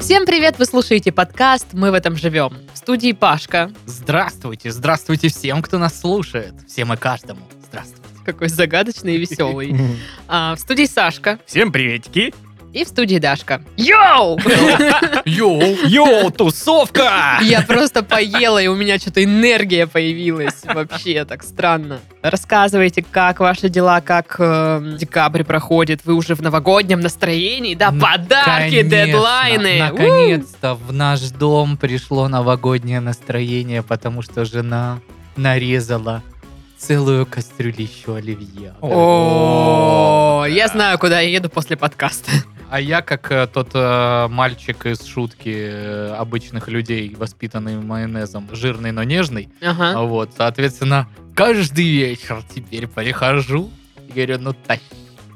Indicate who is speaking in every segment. Speaker 1: Всем привет! Вы слушаете подкаст «Мы в этом живем». В студии Пашка.
Speaker 2: Здравствуйте, здравствуйте всем, кто нас слушает. Всем и каждому. Здравствуйте.
Speaker 1: Какой загадочный и веселый. А, в студии Сашка.
Speaker 3: Всем приветики!
Speaker 1: И в студии Дашка. Йоу!
Speaker 2: Йоу!
Speaker 3: Йоу, тусовка!
Speaker 1: Я просто поела, и у меня что-то энергия появилась. Вообще так странно. Рассказывайте, как ваши дела, как э, декабрь проходит. Вы уже в новогоднем настроении, да?
Speaker 2: Ну,
Speaker 1: Подарки,
Speaker 2: Конечно,
Speaker 1: дедлайны.
Speaker 2: Наконец-то в наш дом пришло новогоднее настроение, потому что жена нарезала целую кастрюлищу оливье.
Speaker 1: У! О, я знаю, куда я еду после подкаста.
Speaker 3: А я, как э, тот э, мальчик из шутки э, обычных людей, воспитанный майонезом, жирный, но нежный,
Speaker 1: Ага.
Speaker 3: вот, соответственно, каждый вечер теперь прихожу и говорю, ну тащи.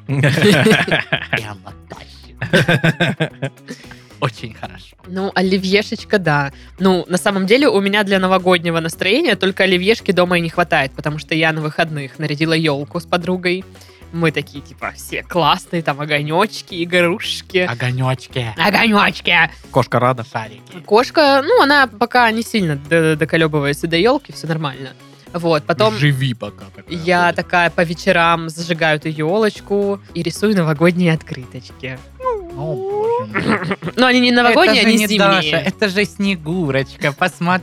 Speaker 3: Прямо тащи. Очень хорошо.
Speaker 1: Ну, оливьешечка, да. Ну, на самом деле, у меня для новогоднего настроения только оливьешки дома и не хватает, потому что я на выходных нарядила елку с подругой. Мы такие, типа, все классные, там, огонечки, игрушки.
Speaker 2: Огонечки,
Speaker 1: Огонечки!
Speaker 3: Кошка рада. Шарики.
Speaker 1: Кошка, ну, она пока не сильно д- доколебывается до елки, все нормально. Вот, потом
Speaker 3: Живи пока. такая
Speaker 1: я
Speaker 3: будет.
Speaker 1: такая по вечерам зажигаю эту елочку и рисую новогодние открыточки.
Speaker 3: О, Ну, боже мой.
Speaker 1: Но они не новогодние,
Speaker 2: это же
Speaker 1: они
Speaker 2: не
Speaker 1: зимние.
Speaker 2: Даша, это же Снегурочка,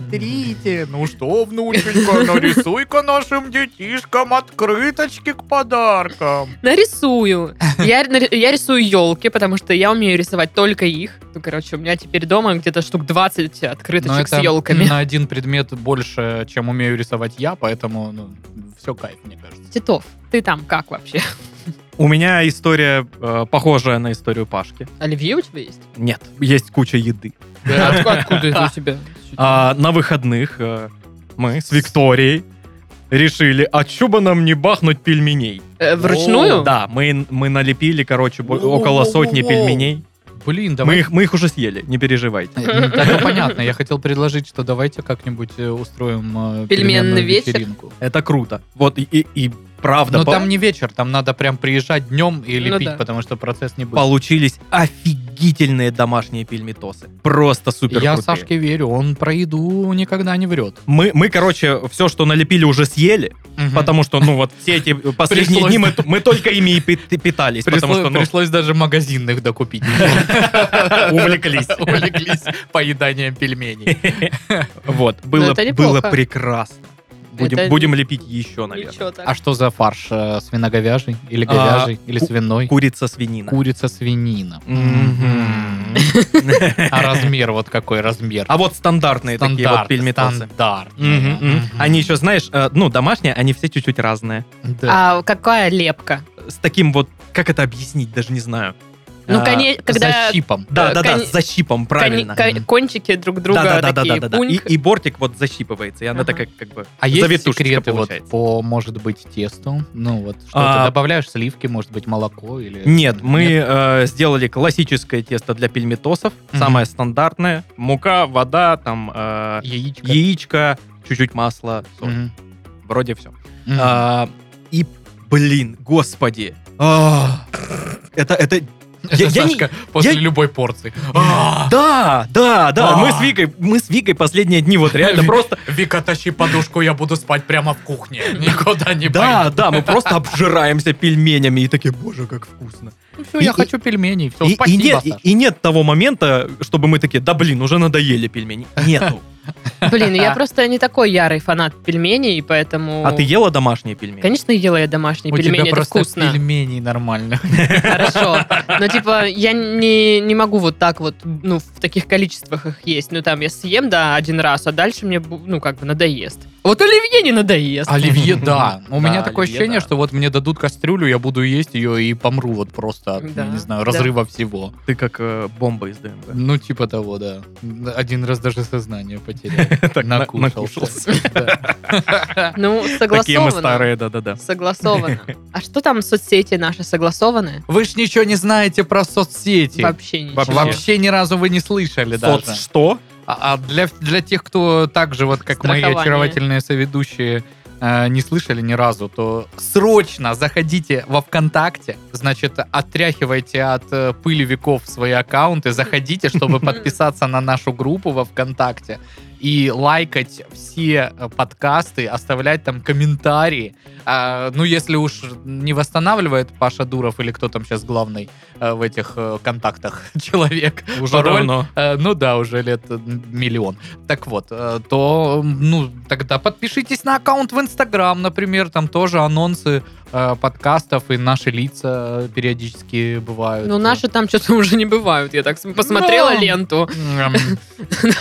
Speaker 2: посмотрите.
Speaker 3: Ну что, внученька, нарисуй-ка нашим детишкам открыточки к подаркам.
Speaker 1: Нарисую. Я, нари- я рисую елки, потому что я умею рисовать только их. Ну, короче, у меня теперь дома где-то штук 20
Speaker 3: Но
Speaker 1: открыточек
Speaker 3: это
Speaker 1: с елками.
Speaker 3: на один предмет больше, чем умею рисовать я, поэтому все кайф, мне кажется.
Speaker 1: Титов, ты там как вообще?
Speaker 4: У меня история э, похожая на историю Пашки.
Speaker 1: Оливье у тебя есть?
Speaker 4: Нет, есть куча еды.
Speaker 1: Откуда, откуда это у тебя?
Speaker 4: А на выходных э, мы с Викторией решили, а чё бы нам не бахнуть пельменей?
Speaker 1: Э, Вручную?
Speaker 4: Да, мы, мы налепили, короче, бо-
Speaker 3: Воу,
Speaker 4: около
Speaker 3: воу,
Speaker 4: сотни
Speaker 3: воу.
Speaker 4: пельменей.
Speaker 3: Блин,
Speaker 4: Мы
Speaker 3: давай.
Speaker 4: их, мы их уже съели, не переживайте.
Speaker 3: Э, Так и понятно. Я хотел предложить, что давайте как-нибудь э, устроим
Speaker 1: Пельменный
Speaker 3: э, пельменную
Speaker 1: вечер?
Speaker 3: вечеринку.
Speaker 4: Это круто. Вот и, и- и правда,
Speaker 3: Но
Speaker 4: по-
Speaker 3: там не вечер, там надо прям приезжать днем и
Speaker 1: Ну
Speaker 3: лепить,
Speaker 1: да.
Speaker 3: потому что процесс не будет.
Speaker 4: получились офигительные домашние пельметосы. Просто супер
Speaker 3: Я Сашке верю, он про еду никогда не врет.
Speaker 4: Мы, мы, короче, все, что налепили, уже съели. Потому что, ну, вот все эти последние
Speaker 3: Пришлось.
Speaker 4: дни мы, т- мы только ими и пи- питались, потому
Speaker 3: Пришло-
Speaker 4: что ну,
Speaker 3: Пришлось даже магазинных докупить.
Speaker 4: увлеклись.
Speaker 3: Увлеклись поеданием пельменей.
Speaker 4: Вот, было,
Speaker 1: это неплохо.
Speaker 4: было прекрасно. Будем,
Speaker 1: Это
Speaker 4: будем лепить еще, наверное.
Speaker 1: Ничего так.
Speaker 3: А что за фарш? э, Свиноговяжий? Или
Speaker 4: А,
Speaker 3: говяжий? Или
Speaker 4: ку-
Speaker 3: свиной?
Speaker 4: Курица свинина.
Speaker 3: Курица-свинина.
Speaker 4: Мгм.
Speaker 3: А размер вот какой размер?
Speaker 4: А вот стандартные такие вот
Speaker 3: Стандарт.
Speaker 4: пельметосы.
Speaker 3: Стандарт.
Speaker 4: Мгм, мгм. Они еще, знаешь, э, ну, домашние, они все чуть-чуть разные.
Speaker 3: Да.
Speaker 1: А какая лепка?
Speaker 4: С таким вот, как это объяснить, даже не знаю.
Speaker 1: Ну,
Speaker 4: А,
Speaker 1: конечно, когда
Speaker 3: За щипом.
Speaker 4: Да, да, да,
Speaker 1: кон-
Speaker 4: с защипом, правильно.
Speaker 1: кони- кон- кончики друг друга
Speaker 4: Да, да, да, да,
Speaker 1: такие,
Speaker 4: да, да. И,
Speaker 1: пуньк.
Speaker 4: и бортик вот защипывается, и она
Speaker 1: Ага.
Speaker 4: такая как бы
Speaker 3: А есть
Speaker 4: завитушечка
Speaker 3: секреты вот
Speaker 4: получается.
Speaker 3: по, может быть, тесту? Ну вот, что
Speaker 4: А.
Speaker 3: ты добавляешь? Сливки, может быть, молоко или...
Speaker 4: Нет, мы э, сделали классическое тесто для пельметосов,
Speaker 3: Мгм.
Speaker 4: самое стандартное. Мука, вода, там э,
Speaker 3: Яичко.
Speaker 4: яичко, чуть-чуть масла, соль.
Speaker 3: Мгм.
Speaker 4: вроде все.
Speaker 3: Мгм.
Speaker 4: А, и, блин, господи. А, это, это...
Speaker 3: Это
Speaker 4: я- я не-
Speaker 3: Сашка после
Speaker 4: я-
Speaker 3: любой порции. А,
Speaker 4: Да, да, да.
Speaker 3: А.
Speaker 4: Мы с Викой, мы с Викой последние дни вот реально просто...
Speaker 3: Вика, тащи подушку, я буду спать прямо в кухне. Никуда не
Speaker 4: Да, да, мы просто обжираемся пельменями и такие, боже, как вкусно.
Speaker 3: Ну всё, я
Speaker 4: И-
Speaker 3: хочу пельменей. Все,
Speaker 4: И- и,
Speaker 3: спасибо,
Speaker 4: нет,
Speaker 3: Саш.
Speaker 4: и нет того момента, чтобы мы такие, да блин, уже надоели пельмени. Нету.
Speaker 1: Блин, я просто не такой ярый фанат пельменей, поэтому...
Speaker 4: А ты ела домашние пельмени?
Speaker 1: Конечно, ела я домашние
Speaker 3: У
Speaker 1: пельмени,
Speaker 3: тебя
Speaker 1: это
Speaker 3: просто
Speaker 1: вкусно.
Speaker 3: пельменей нормально.
Speaker 1: Хорошо. Но, типа, я не, не могу вот так вот, ну, в таких количествах их есть. Ну, там, я съем, да, один раз, а дальше мне, бу- ну, как бы надоест. Вот оливье не надоест.
Speaker 4: А
Speaker 3: Оливье, да. У
Speaker 4: Да,
Speaker 3: меня такое
Speaker 4: оливье,
Speaker 3: ощущение,
Speaker 4: да.
Speaker 3: что вот мне дадут кастрюлю, я буду есть ее и помру вот просто, от,
Speaker 1: Да.
Speaker 3: я не
Speaker 1: Да.
Speaker 3: знаю, разрыва всего.
Speaker 4: Ты как э, бомба из ДМЗ.
Speaker 3: Ну, типа того, да. Один раз даже сознание потерял.
Speaker 4: Так, на-
Speaker 3: Накушался. Да.
Speaker 1: Ну, согласовано.
Speaker 4: Такие мы старые, да-да-да.
Speaker 1: Согласовано. А что там соцсети наши согласованы?
Speaker 3: Вы ж ничего не знаете про соцсети.
Speaker 1: Вообще ничего.
Speaker 4: Вообще.
Speaker 3: Вообще ни разу вы не слышали даже.
Speaker 4: Соц что?
Speaker 3: А а для, для тех, кто так же, вот как мои
Speaker 1: Страхование.
Speaker 3: очаровательные соведущие, э, не слышали ни разу, то срочно заходите во ВКонтакте, значит, отряхивайте от э, пыли веков свои аккаунты, заходите, чтобы подписаться на нашу группу во ВКонтакте и лайкать все э, подкасты, оставлять там комментарии. А, ну, если уж не восстанавливает Паша Дуров или кто там сейчас главный э, в этих э, контактах человек,
Speaker 4: Уже
Speaker 3: пароль,
Speaker 4: давно.
Speaker 3: Э, Ну да, уже лет э, миллион. Так вот, э, то, м, ну, тогда подпишитесь на аккаунт в Инстаграм, например, там тоже анонсы э, подкастов и наши лица э, периодически бывают.
Speaker 1: Ну, наши там что-то уже не бывают. Я так с- посмотрела
Speaker 3: Ну.
Speaker 1: ленту
Speaker 3: Эм,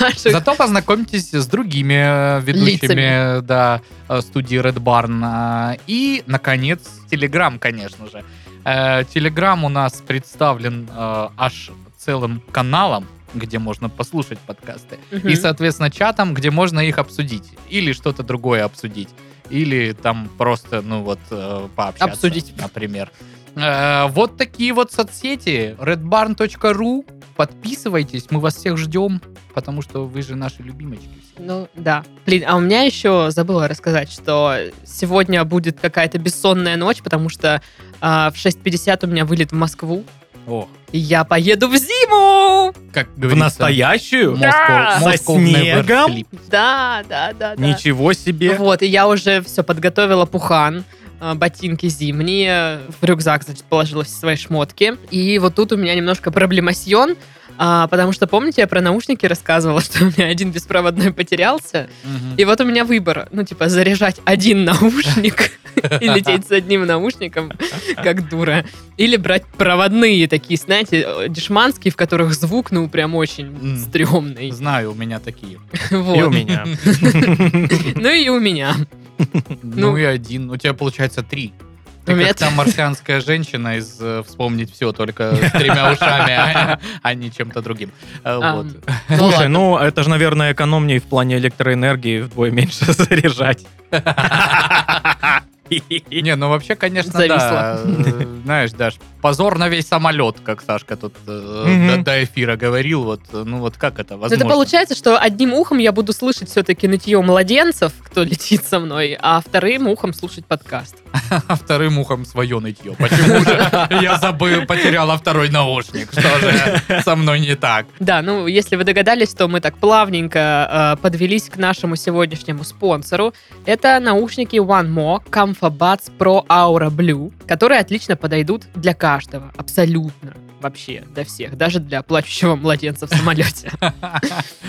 Speaker 1: наших.
Speaker 3: Зато познакомьтесь с другими э, ведущими да, э, студии Red Barn. А, И, наконец, Telegram, конечно же. Э, Telegram у нас представлен э, аж целым каналом, где можно послушать подкасты.
Speaker 1: Мгм.
Speaker 3: и, соответственно, чатом, где можно их обсудить. Или что-то другое обсудить. Или там просто, ну вот, э, пообщаться.
Speaker 1: Обсудить.
Speaker 3: Например. Э, Вот такие вот соцсети. redbarn.ru. Подписывайтесь, мы вас всех ждем, потому что вы же наши любимочки. все.
Speaker 1: Ну, да. Блин, а у меня еще забыла рассказать, что сегодня будет какая-то бессонная ночь, потому что а, в 6.50 у меня вылет в Москву,
Speaker 3: О,
Speaker 1: и я поеду в зиму!
Speaker 3: как
Speaker 4: В
Speaker 3: говорится.
Speaker 4: настоящую?
Speaker 1: Да!
Speaker 3: Moscow-
Speaker 4: Со
Speaker 3: Moscow never
Speaker 4: снегом?
Speaker 3: sleep.
Speaker 1: Да, да, да, да.
Speaker 4: Ничего себе.
Speaker 1: Вот, и я уже все подготовила пухан, э, ботинки зимние, в рюкзак, значит, положила все свои шмотки. И вот тут у меня немножко проблемасьон, а, потому что, помните, я про наушники рассказывала, что у меня один беспроводной потерялся,
Speaker 3: Мгм.
Speaker 1: и вот у меня выбор, ну, типа, заряжать один наушник и лететь с одним наушником, как дура, или брать проводные такие, знаете, э, дешманские, в которых звук, ну, прям очень
Speaker 3: М.
Speaker 1: стрёмный.
Speaker 3: Знаю, у меня такие.
Speaker 4: И у
Speaker 1: Вот.
Speaker 4: меня.
Speaker 1: Ну, и у меня.
Speaker 3: Ну и один. У тебя получается три. Ты
Speaker 1: У меня
Speaker 3: как та марсианская женщина из э, «Вспомнить все» только с тремя ушами, а- а не чем-то другим. Э,
Speaker 1: А,
Speaker 3: вот.
Speaker 1: Ну,
Speaker 4: Слушай,
Speaker 1: ладно.
Speaker 4: ну это же, наверное, экономнее в плане электроэнергии вдвое меньше заряжать.
Speaker 3: Не, ну вообще, конечно, да.
Speaker 1: Зависла.
Speaker 3: Э, Знаешь, Даш, позор на весь самолет, как Сашка тут э,
Speaker 4: Мгм.
Speaker 3: до- до эфира говорил. Вот, э, ну вот как это
Speaker 1: Ну,
Speaker 3: возможно?
Speaker 1: Это получается, что одним ухом я буду слышать все-таки нытье младенцев, кто летит со мной, а вторым ухом слушать подкаст.
Speaker 3: А вторым ухом свое нытье. Почему же я забыл, потеряла второй наушник? Что же со мной не так?
Speaker 1: Да, ну, если вы догадались, то мы так плавненько э, подвелись к нашему сегодняшнему спонсору. Это наушники OneMo ComfaBuds Pro Aura Blue, которые отлично подойдут для каждого, абсолютно, вообще, для всех, даже для плачущего младенца в самолете.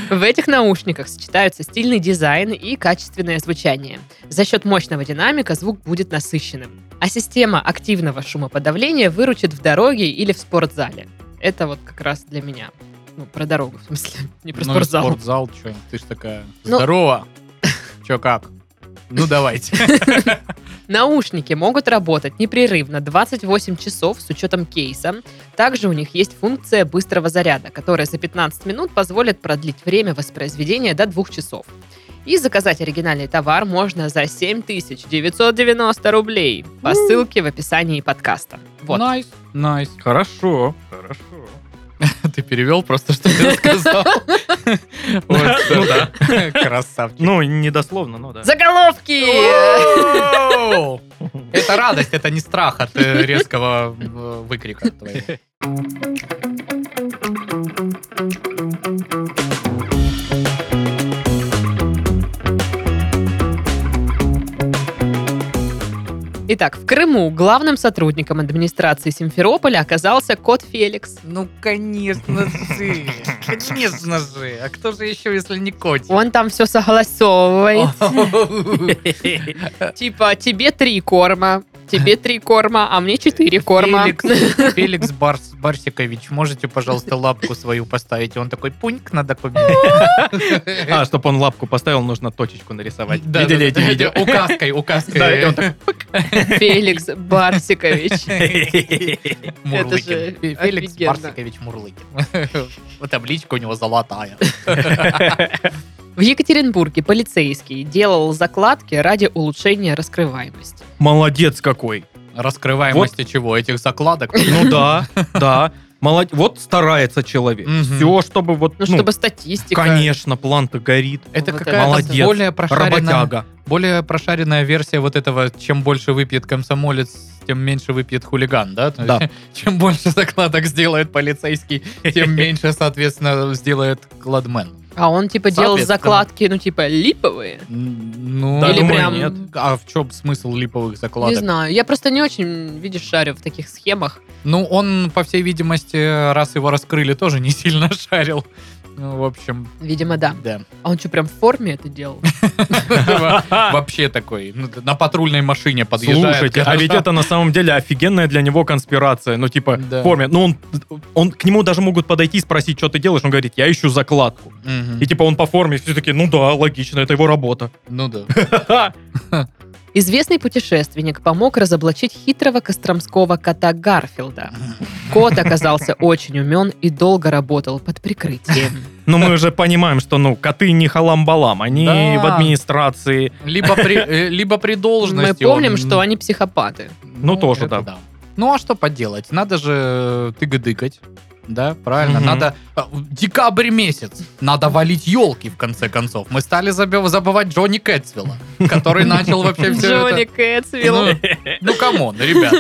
Speaker 1: В этих наушниках сочетаются стильный дизайн и качественное звучание. За счет мощного динамика звук будет насыщенным. А система активного шумоподавления выручит в дороге или в спортзале. Это вот как раз для меня. Ну, про дорогу, в смысле, не про
Speaker 3: Ну и
Speaker 1: спортзал.
Speaker 3: спортзал, чё? Ты ж такая,
Speaker 1: Ну-
Speaker 3: здорово. Че как? Ну давайте.
Speaker 1: Наушники могут работать непрерывно 28 часов с учетом кейса. Также у них есть функция быстрого заряда, которая за 15 минут позволит продлить время воспроизведения до 2 часов. И заказать оригинальный товар можно за 7990 рублей по ссылке в описании подкаста. Вот.
Speaker 3: Найс, найс.
Speaker 4: Хорошо. Хорошо.
Speaker 3: Ты перевел просто, что ты сказал.
Speaker 4: Ну да.
Speaker 3: Красавчик.
Speaker 4: Ну, недословно, но да.
Speaker 1: Заголовки!
Speaker 3: Воу! Это радость, это не страх от э, резкого э, выкрика твоего.
Speaker 1: Итак, в Крыму главным сотрудником администрации Симферополя оказался кот Феликс.
Speaker 3: Ну, конечно же. Конечно же. А кто же еще, если не котик?
Speaker 1: Он там все согласовывает. Типа, тебе три корма, тебе три корма, а мне четыре корма.
Speaker 3: Феликс, Феликс Барс- Барсикович, можете, пожалуйста, лапку свою поставить? И Он такой, пуньк на документе.
Speaker 4: А, чтобы он лапку поставил, нужно точечку нарисовать.
Speaker 3: Да,
Speaker 4: Видели
Speaker 3: да,
Speaker 4: эти
Speaker 3: да,
Speaker 4: видео?
Speaker 3: да, Указкой, указкой.
Speaker 4: Да, и он
Speaker 1: Феликс Барсикович.
Speaker 3: Мурлыкин.
Speaker 1: же
Speaker 3: Фе- Феликс
Speaker 1: офигенно.
Speaker 3: Барсикович Мурлыкин. Вот Табличка у него золотая.
Speaker 1: В Екатеринбурге полицейский делал закладки ради улучшения раскрываемости.
Speaker 4: Молодец какой.
Speaker 3: Раскрываемости чего? Этих закладок?
Speaker 4: Ну да, да. молод- вот старается человек.
Speaker 3: Мгм.
Speaker 4: Все, чтобы вот,
Speaker 1: Ну,
Speaker 4: ну,
Speaker 1: чтобы статистика.
Speaker 4: конечно, план-то горит.
Speaker 3: Это
Speaker 1: Вот
Speaker 3: какая-то
Speaker 4: Молодец.
Speaker 3: более прошаренная,
Speaker 4: Работяга.
Speaker 3: более прошаренная версия вот этого «чем больше выпьет комсомолец, тем меньше выпьет хулиган», да? То есть, чем больше закладок сделает полицейский, тем меньше, соответственно, сделает кладмен.
Speaker 1: А он типа делал
Speaker 3: Соответственно.
Speaker 1: закладки, ну типа липовые.
Speaker 3: М, Ну,
Speaker 4: Да,
Speaker 1: Или
Speaker 4: думаю,
Speaker 1: прям-
Speaker 4: нет.
Speaker 3: А в чем смысл липовых
Speaker 1: Не
Speaker 3: закладок?
Speaker 1: знаю, я просто не очень, видишь, шарю в таких схемах.
Speaker 3: Ну, он, по всей видимости, раз его раскрыли, тоже не сильно шарил. Ну, в общем,
Speaker 1: Видимо, да.
Speaker 3: да.
Speaker 1: А он что, прям в форме это делал?
Speaker 3: Вообще такой. ну, На патрульной машине подъезжает.
Speaker 4: Слушайте, а
Speaker 3: конечно.
Speaker 4: ведь это на самом деле офигенная для него конспирация. Ну, типа,
Speaker 3: Да.
Speaker 4: в форме. Ну, он, он, к нему даже могут подойти и спросить, что ты делаешь. Он говорит, я ищу закладку.
Speaker 3: Мгм.
Speaker 4: И типа он по форме все таки ну да, логично, это его работа.
Speaker 3: Ну да.
Speaker 1: Известный путешественник помог разоблачить хитрого костромского кота Гарфилда. Кот оказался очень умен и долго работал под прикрытием.
Speaker 4: Но мы уже понимаем, что, ну, коты не халам-балам, они
Speaker 3: Да.
Speaker 4: в администрации.
Speaker 3: Либо при, э, либо при
Speaker 1: Мы
Speaker 3: должности.
Speaker 1: помним,
Speaker 3: он-
Speaker 1: что они психопаты.
Speaker 3: Ну,
Speaker 4: тоже,
Speaker 3: это
Speaker 4: да.
Speaker 3: Ну, а что поделать? Надо же тыгадыкать. Да, правильно.
Speaker 4: Мгм.
Speaker 3: Надо. э, в Декабрь месяц. Надо валить елки, в конце концов. Мы стали забе- забывать Джонни Кэтсвилла, который начал вообще все
Speaker 1: Джонни
Speaker 3: это.
Speaker 1: Кэтсвилл.
Speaker 3: Ну, Ну, камон, ребят.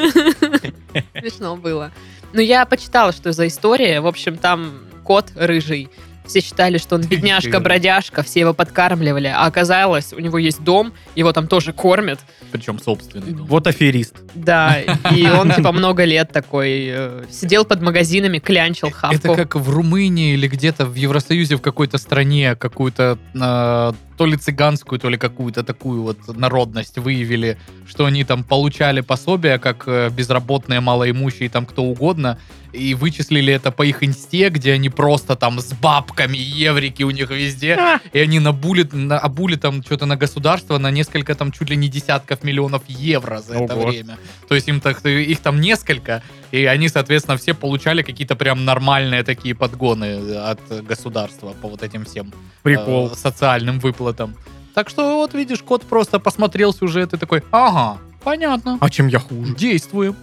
Speaker 1: Смешно было. Но я почитала, что за история. В общем, там кот рыжий. Все считали, что он бедняжка-бродяжка, все его подкармливали. А оказалось, у него есть дом, его там тоже кормят.
Speaker 3: Причем собственный дом.
Speaker 4: Вот аферист.
Speaker 1: Да, и он типа много лет такой э, сидел под магазинами, клянчил
Speaker 3: Это
Speaker 1: хавку.
Speaker 3: как в Румынии или где-то в Евросоюзе в какой-то стране какую-то э, то ли цыганскую, то ли какую-то такую вот народность выявили, что они там получали пособия, как э, безработные, малоимущие, там кто угодно, и вычислили это по их инсте, где они просто там с бабками, еврики у них
Speaker 1: А,
Speaker 3: везде, и они набули, на, обули там что-то на государство на несколько там чуть ли не десятков миллионов евро за это
Speaker 4: Ого.
Speaker 3: время. То есть им так, их там несколько, и они, соответственно, все получали какие-то прям нормальные такие подгоны от государства по вот этим всем
Speaker 4: Прикол.
Speaker 3: э, социальным выплатам. Так что вот видишь, кот просто посмотрел сюжет и такой, ага, понятно,
Speaker 4: А чем я хуже?
Speaker 3: действуем.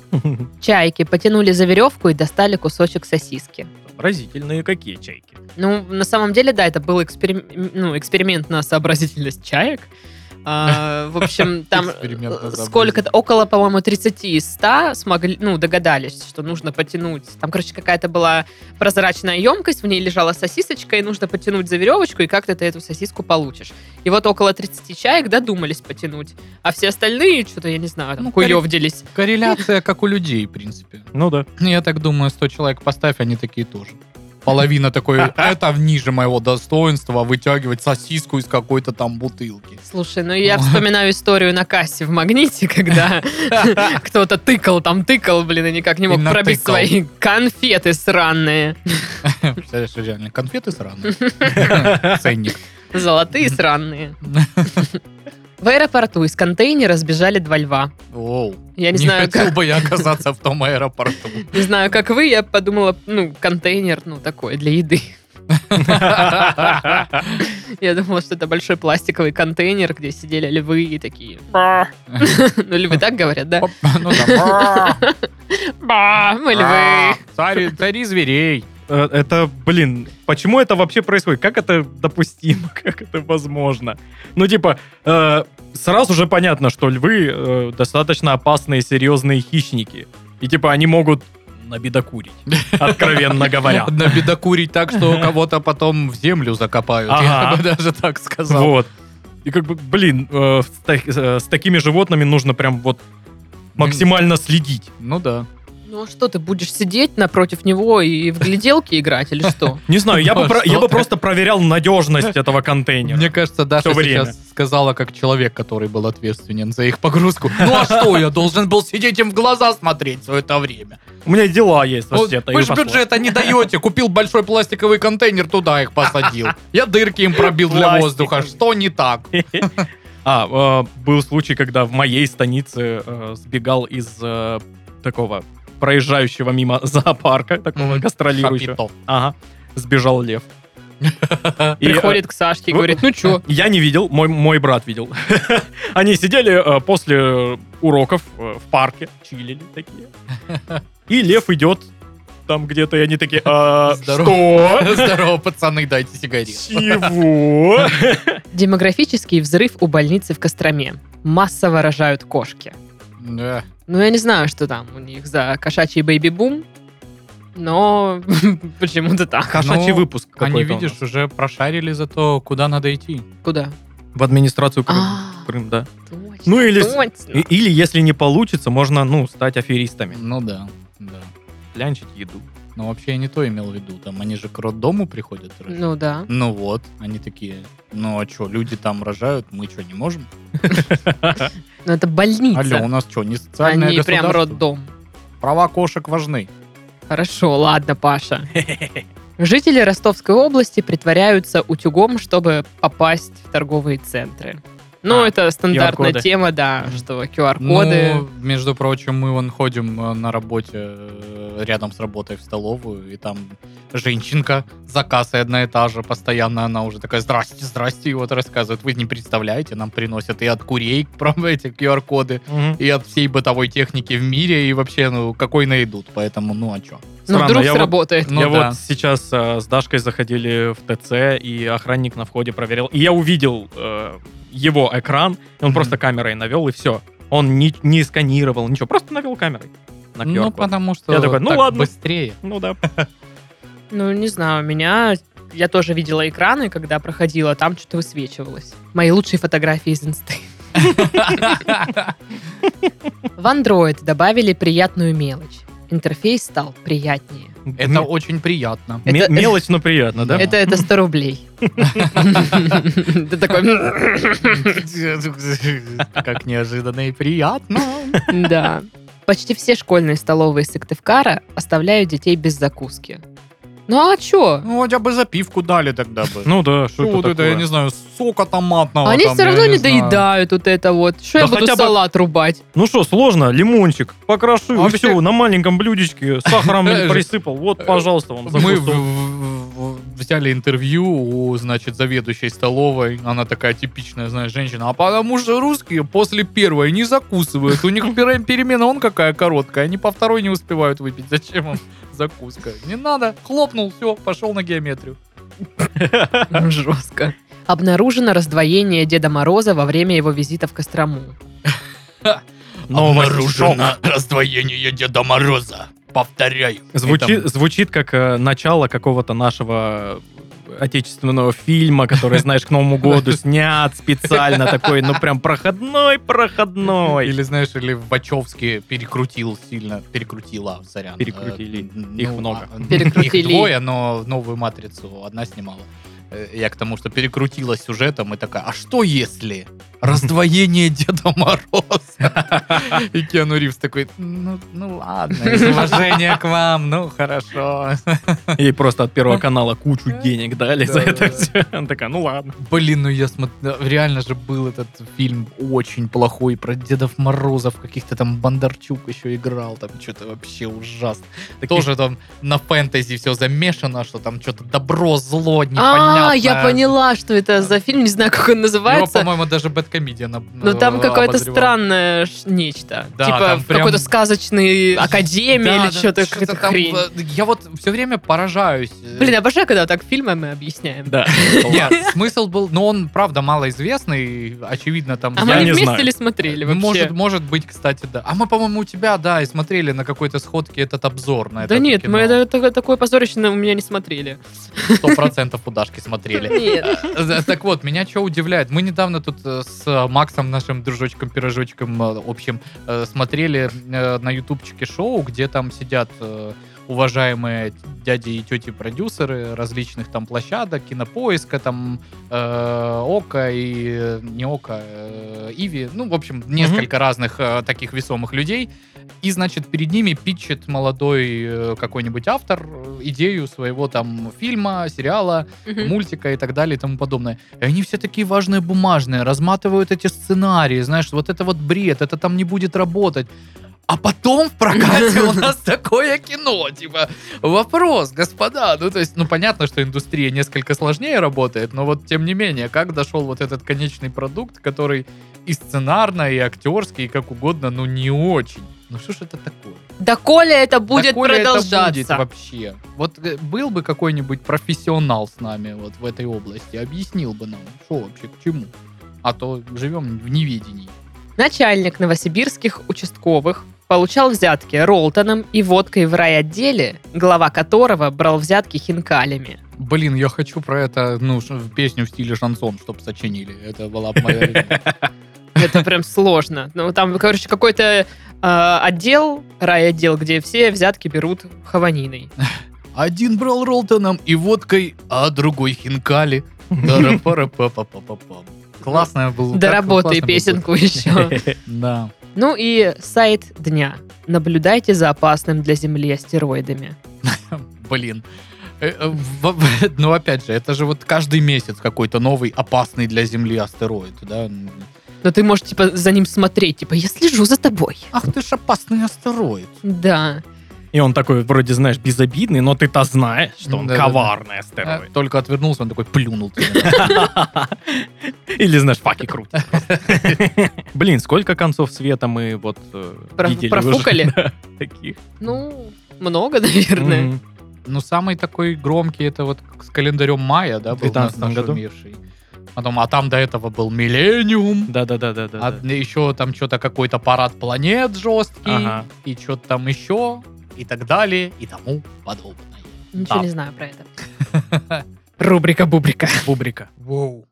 Speaker 1: Чайки потянули за веревку и достали кусочек сосиски.
Speaker 4: Поразительные какие чайки.
Speaker 1: Ну, на самом деле, да, это был эксперим- ну, эксперимент на сообразительность чаек. А, в общем, там
Speaker 3: Эксперимент на
Speaker 1: э,
Speaker 3: сообразительность.
Speaker 1: сколько-то, около, по-моему, 30 из 100 смогли, ну, догадались, что нужно потянуть. Там, короче, какая-то была прозрачная емкость, в ней лежала сосисочка, и нужно потянуть за веревочку, и как-то ты эту сосиску получишь. И вот около 30 чаек додумались потянуть. А все остальные, что-то, я не знаю, там,
Speaker 3: Ну,
Speaker 1: куевдились.
Speaker 3: Корреляция как у людей, в принципе.
Speaker 4: Ну да.
Speaker 3: Я так думаю, 100 человек поставь, они такие тоже. Половина такой, это ниже моего достоинства, вытягивать сосиску из какой-то там бутылки.
Speaker 1: Слушай, ну я
Speaker 3: Вот.
Speaker 1: вспоминаю историю на кассе в магните, когда кто-то тыкал там, тыкал, блин, и никак не
Speaker 3: И
Speaker 1: мог пробить
Speaker 3: натыкал.
Speaker 1: свои конфеты сранные.
Speaker 3: Представляешь, реально, конфеты сраные. Ценник.
Speaker 1: Золотые сранные. В аэропорту из контейнера сбежали два льва.
Speaker 3: Оу.
Speaker 1: Я не
Speaker 3: Не
Speaker 1: знаю,
Speaker 3: хотел
Speaker 1: как,
Speaker 3: бы я оказаться в том аэропорту.
Speaker 1: не знаю, как вы, я подумала, ну, контейнер, ну, такой, для еды.
Speaker 3: Ну
Speaker 1: Я думала, что это большой пластиковый контейнер, где сидели львы и такие... «Ба». Ну, львы так говорят, да?
Speaker 3: Оп, Ну да. А,
Speaker 1: «Ба, Мы львы.
Speaker 3: Цари, цари зверей.
Speaker 4: Э, Это, блин, почему это вообще происходит? Как это допустимо? Как это возможно? Ну, типа, э, сразу же понятно, что львы э, достаточно опасные, серьезные хищники. И, типа, они могут набедокурить, откровенно говоря.
Speaker 3: Набедокурить так, что кого-то потом в землю закопают. Я
Speaker 4: Ага.
Speaker 3: бы даже так сказал.
Speaker 4: Вот. И как бы, блин, э, с, так- э, с такими животными нужно прям вот максимально следить.
Speaker 3: Ну да.
Speaker 1: Ну а что, ты будешь сидеть напротив него и в гляделки играть или что?
Speaker 4: Не знаю, я бы,
Speaker 3: Да,
Speaker 4: про-
Speaker 3: что
Speaker 4: я бы
Speaker 3: ты.
Speaker 4: просто проверял надежность этого контейнера.
Speaker 3: Мне кажется, Даша
Speaker 4: Всё время.
Speaker 3: сейчас сказала, как человек, который был ответственен за их погрузку. Ну а что, я должен был сидеть им в глаза смотреть все это время?
Speaker 4: У меня дела есть
Speaker 3: Вот
Speaker 4: вообще-то.
Speaker 3: Вы
Speaker 4: и
Speaker 3: же
Speaker 4: пошло.
Speaker 3: бюджета не даете. Купил большой пластиковый контейнер, туда их посадил. Я дырки им пробил для
Speaker 4: Пластиковый.
Speaker 3: воздуха. Что не так?
Speaker 4: А, э, был случай, когда в моей станице э, сбегал из э, такого проезжающего мимо зоопарка, такого
Speaker 3: Мгм.
Speaker 4: гастролирующего.
Speaker 3: Шапито.
Speaker 4: Ага. Сбежал лев. И, э,
Speaker 1: Приходит к Сашке и
Speaker 4: вы-
Speaker 1: говорит, ну чё?
Speaker 4: Я не видел, мой, мой брат видел. Они сидели э, после уроков э, в парке, чилили такие. И лев идет там где-то, и они такие, «А,
Speaker 3: Здорово.
Speaker 4: что?
Speaker 3: Здорово, пацаны, дайте сигарет. Ну,
Speaker 4: Чего?
Speaker 1: Демографический взрыв у больницы в Костроме. Массово рожают кошки.
Speaker 4: Э,
Speaker 3: Да.
Speaker 1: Ну, я не знаю, что там у них за кошачий бэйби-бум, но почему-то так.
Speaker 4: Кошачий
Speaker 3: Ну,
Speaker 4: выпуск какой-то
Speaker 3: Они,
Speaker 4: у нас.
Speaker 3: видишь, уже прошарили за то, куда надо идти.
Speaker 1: Куда?
Speaker 4: В администрацию Крыма.
Speaker 1: А,
Speaker 4: Крым, да.
Speaker 1: точно,
Speaker 4: Ну, или-
Speaker 1: точно.
Speaker 4: И- Или, если не получится, можно, ну, стать аферистами.
Speaker 3: Ну да, да.
Speaker 4: Клянчить еду.
Speaker 3: Но вообще я не то имел в виду. Там они же к роддому приходят. рожать.
Speaker 1: Ну да.
Speaker 3: Ну вот, они такие, ну а что, люди там рожают, мы что, не можем?
Speaker 1: Но это больница.
Speaker 3: Алло, у нас что, не социальное
Speaker 1: Они прям
Speaker 3: государство?
Speaker 1: роддом.
Speaker 3: Права кошек важны.
Speaker 1: Хорошо, ладно, Паша. Жители Ростовской области притворяются утюгом, чтобы попасть в торговые центры. Ну,
Speaker 4: А,
Speaker 1: это стандартная
Speaker 4: QR-коды.
Speaker 1: тема, да,
Speaker 3: Мгм.
Speaker 1: что QR-коды.
Speaker 3: Ну, между прочим, мы вон ходим э, на работе э, рядом с работой в столовую, и там женщинка за кассой одна и та же, постоянно она уже такая, здрасте, здрасте, и вот рассказывает, вы не представляете, нам приносят и от курей прям эти QR-коды,
Speaker 4: Мгм.
Speaker 3: и от всей бытовой техники в мире, и вообще, ну, какой найдут, поэтому, ну, а чё?
Speaker 1: Ну,
Speaker 4: Странно,
Speaker 1: вдруг
Speaker 4: я вот-
Speaker 1: сработает.
Speaker 3: Ну
Speaker 4: я
Speaker 3: да.
Speaker 4: вот сейчас э, с Дашкой заходили в ТЦ, и охранник на входе проверил. И я увидел э, его экран, и он
Speaker 3: Мгм.
Speaker 4: просто камерой навел, и все. Он не, не сканировал, ничего, просто навел камерой на
Speaker 3: Ну,
Speaker 4: QR-код.
Speaker 3: потому что
Speaker 4: Я такой, ну
Speaker 3: так
Speaker 4: ладно.
Speaker 3: быстрее.
Speaker 4: Ну да.
Speaker 1: Ну, не знаю, у меня... Я тоже видела экраны, когда проходила, там что-то высвечивалось. Мои лучшие фотографии из инсты. В Android добавили приятную мелочь. Интерфейс стал приятнее.
Speaker 3: Это очень приятно.
Speaker 4: М-
Speaker 1: это-
Speaker 4: Мелочь, но приятно, да?
Speaker 3: Да.
Speaker 1: Это, это 100 рублей. Ты такой...
Speaker 3: Как неожиданно и приятно.
Speaker 1: Да. Почти все школьные столовые Сыктывкара оставляют детей без закуски. Ну а чё?
Speaker 3: Ну, хотя бы запивку дали тогда бы.
Speaker 4: Ну да, что
Speaker 3: вот
Speaker 4: это
Speaker 3: это, я
Speaker 4: такое?
Speaker 3: не знаю, сока томатного.
Speaker 1: А Они
Speaker 3: А, там,
Speaker 1: все
Speaker 3: я
Speaker 1: равно не
Speaker 3: знаю.
Speaker 1: доедают вот это вот. Что я
Speaker 4: Да
Speaker 1: буду
Speaker 4: хотя бы-
Speaker 1: салат рубать?
Speaker 4: Ну что, сложно, лимончик покрошил,
Speaker 3: Вообще-
Speaker 4: все, на маленьком блюдечке сахаром
Speaker 3: Э,
Speaker 4: присыпал. Вот, пожалуйста, вам
Speaker 3: Мы в- в-
Speaker 4: закусок.
Speaker 3: в- взяли интервью у, значит, заведующей столовой. Она такая типичная, знаешь, женщина. А потому что русские после первой не закусывают. У них пере- перемена он какая короткая. Они по второй не успевают выпить. Зачем им закуска? Не надо. Хлопнул, все, пошел на геометрию.
Speaker 1: Жестко. Обнаружено раздвоение Деда Мороза во время его визита в Кострому.
Speaker 4: Новость.
Speaker 3: раздвоение Деда Мороза. Повторяю.
Speaker 4: Звучит, звучит как э, начало какого-то нашего э, отечественного фильма, который, знаешь, к Новому году снят специально такой, ну прям проходной, проходной.
Speaker 3: Или, знаешь, или в Вачовске перекрутил сильно, перекрутила, сорян.
Speaker 4: Перекрутили.
Speaker 3: Э, н-
Speaker 4: Их
Speaker 3: ну,
Speaker 4: много.
Speaker 3: а, н-
Speaker 1: Перекрутили.
Speaker 3: Их двое, но новую матрицу одна снимала. Э, Я к тому, что перекрутила сюжетом и такая, а что если раздвоение Деда Мороза? И Киану Ривз такой, ну, ну ладно, из уважения к вам, ну хорошо.
Speaker 4: Ей просто от Первого канала кучу денег дали за
Speaker 3: Да,
Speaker 4: это
Speaker 3: да, да.
Speaker 4: все. Она такая, ну ладно.
Speaker 3: Блин, ну я смотрел, реально же был этот фильм очень плохой про Дедов Морозов, каких-то там Бондарчук еще играл, там что-то вообще ужасно. Тоже там на фэнтези все замешано, что там что-то добро, зло, непонятно.
Speaker 1: А, я поняла, что это за фильм, не знаю, как он
Speaker 3: Его,
Speaker 1: называется.
Speaker 3: по-моему, даже Бэткомедиан об- э,
Speaker 1: Но Ну, там какое-то
Speaker 3: обозревал.
Speaker 1: странное ш- нечто.
Speaker 3: Да,
Speaker 1: типа
Speaker 3: там
Speaker 1: в
Speaker 3: прям-
Speaker 1: какой-то сказочной академии
Speaker 3: Да,
Speaker 1: или
Speaker 3: да,
Speaker 1: что-то,
Speaker 3: что-то
Speaker 1: какая-то
Speaker 3: там,
Speaker 1: хрень.
Speaker 3: э, Я вот все время поражаюсь. э,
Speaker 1: Блин, обожаю, когда так фильмы мы объясняем.
Speaker 4: Да.
Speaker 3: Нет, смысл был, но он, правда, малоизвестный, очевидно, там...
Speaker 1: А
Speaker 4: Я
Speaker 1: мы
Speaker 4: не
Speaker 1: не вместе
Speaker 4: знаю.
Speaker 1: ли смотрели вообще?
Speaker 3: Ну, Может, может быть, кстати, да. А мы, по-моему, у тебя, да, и смотрели на какой-то сходке этот обзор на это
Speaker 1: да нет,
Speaker 3: кино.
Speaker 1: мы это, это- такое позорище на- у меня не смотрели.
Speaker 3: сто процентов у Дашки смотрели.
Speaker 1: Нет.
Speaker 3: Э, Так вот, меня что удивляет. Мы недавно тут э, с Максом, нашим дружочком-пирожочком э, общим, э, смотрели э, на ютубчике шоу, где там сидят э, уважаемые дяди и тети продюсеры различных там площадок, кинопоиска, там э, Ока и э, не Ока, э, Иви, ну, в общем, несколько разных э, таких весомых людей. И, значит, перед ними питчет молодой э, какой-нибудь автор э, идею своего там фильма, сериала,
Speaker 1: Мгм.
Speaker 3: мультика и так далее и тому подобное. И они все такие важные бумажные, разматывают эти сценарии, знаешь, вот это вот бред, это там не будет работать. А потом в прокате у нас такое кино, типа, вопрос, господа, ну то есть, ну понятно, что индустрия несколько сложнее работает, но вот тем не менее, как дошел вот этот конечный продукт, который и сценарно, и актерский, и как угодно, ну не очень. Ну что ж это такое?
Speaker 1: Доколе это будет
Speaker 3: Доколе это
Speaker 1: продолжаться.
Speaker 3: будет вообще? Вот э, был бы какой-нибудь профессионал с нами вот в этой области, объяснил бы нам, что вообще, к чему. А то живем в неведении.
Speaker 1: Начальник новосибирских участковых получал взятки Ролтоном и водкой в райотделе, глава которого брал взятки хинкалями.
Speaker 3: Блин, я хочу про это, ну, ш- песню в стиле шансон, чтоб сочинили. Это была бы моя... любимая.
Speaker 1: Это прям сложно. Ну, там, короче, какой-то э, отдел, райотдел, где все взятки берут хаваниной.
Speaker 3: Один брал Ролтоном и водкой, а другой хинкали. Дара-пара-па-па-па-па-пам. Классная была.
Speaker 1: Доработай песенку еще.
Speaker 3: Да.
Speaker 1: Ну и сайт дня. Наблюдайте за опасным для Земли астероидами.
Speaker 3: Блин. Э, э, в- в- Ну, опять же, это же вот каждый месяц какой-то новый опасный для Земли астероид, да?
Speaker 1: Но ты можешь, типа, за ним смотреть, типа, я слежу за тобой.
Speaker 3: Ах ты ж опасный астероид.
Speaker 1: Да.
Speaker 4: И он такой, вроде, знаешь, безобидный, но ты-то знаешь, что он
Speaker 3: Да-да-да.
Speaker 4: коварный
Speaker 3: Э,
Speaker 4: астероид.
Speaker 3: Только отвернулся, он такой плюнул. ты меня.
Speaker 4: Или, знаешь, факи крутит. Блин, сколько концов света мы вот э,
Speaker 1: Про-
Speaker 4: видели уже,
Speaker 1: профукали?
Speaker 4: да, таких.
Speaker 1: Ну, много, наверное.
Speaker 4: Мгм.
Speaker 3: Ну, самый такой громкий, это вот с календарем мая, да,
Speaker 4: В
Speaker 3: был у нас
Speaker 4: 19-м году.
Speaker 3: нашумевший. Потом, а там до этого был миллениум.
Speaker 4: Да-да-да-да-да.
Speaker 3: А еще там что-то какой-то парад планет жесткий,
Speaker 4: Ага.
Speaker 3: и что-то там еще, и так далее, и тому подобное.
Speaker 1: Ничего
Speaker 3: Да.
Speaker 1: не знаю про это. А. Рубрика Бубрика.
Speaker 4: Бубрика.
Speaker 3: Воу.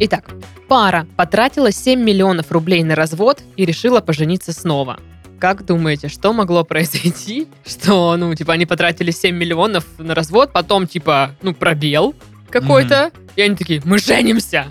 Speaker 1: Итак, пара потратила 7 миллионов рублей на развод и решила пожениться снова. Как думаете, что могло произойти? Что, ну, типа, они потратили 7 миллионов на развод, потом, типа, ну, пробел какой-то, и они такие, мы женимся.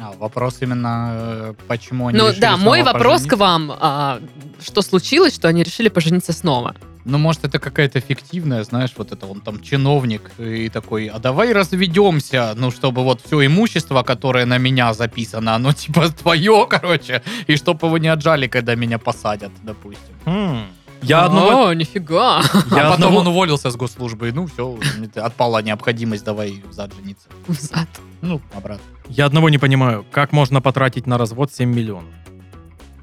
Speaker 3: А, вопрос именно, э, почему они
Speaker 1: Ну
Speaker 3: решили
Speaker 1: да,
Speaker 3: снова
Speaker 1: мой вопрос
Speaker 3: пожениться?
Speaker 1: к вам. а, что случилось, что они решили пожениться снова?
Speaker 3: Ну, может, это какая-то фиктивная, знаешь, вот это он там чиновник и такой, а давай разведемся, ну, чтобы вот все имущество, которое на меня записано, оно типа твое, короче, и чтобы его не отжали, когда меня посадят, допустим.
Speaker 4: М. Я одного...
Speaker 1: О, нифига.
Speaker 4: я
Speaker 3: Хм. Ну, а потом
Speaker 4: одного-
Speaker 3: он уволился с госслужбы, и ну, все, отпала необходимость, давай взад жениться.
Speaker 1: Взад.
Speaker 3: Ну, обратно.
Speaker 4: Я одного не понимаю, как можно потратить на развод 7 миллионов?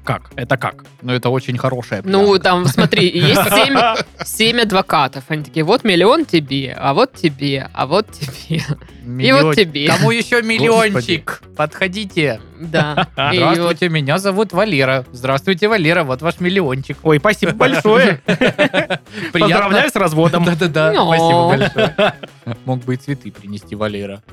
Speaker 4: Как? Это как?
Speaker 3: Но это очень хорошая
Speaker 1: Ну,
Speaker 3: пьянка.
Speaker 1: там, смотри, есть семь, семь адвокатов. Они такие, вот миллион тебе, а вот тебе, а вот тебе. И вот
Speaker 3: Миллион-
Speaker 1: тебе.
Speaker 3: Кому еще миллиончик? Подходите.
Speaker 1: Да. И вот-
Speaker 3: Здравствуйте, меня зовут Валера. Здравствуйте, Валера, вот ваш миллиончик.
Speaker 4: Ой, спасибо большое. Поздравляю с разводом.
Speaker 3: Да-да-да,
Speaker 1: Ну.
Speaker 3: спасибо большое. Мог бы и цветы принести Валера.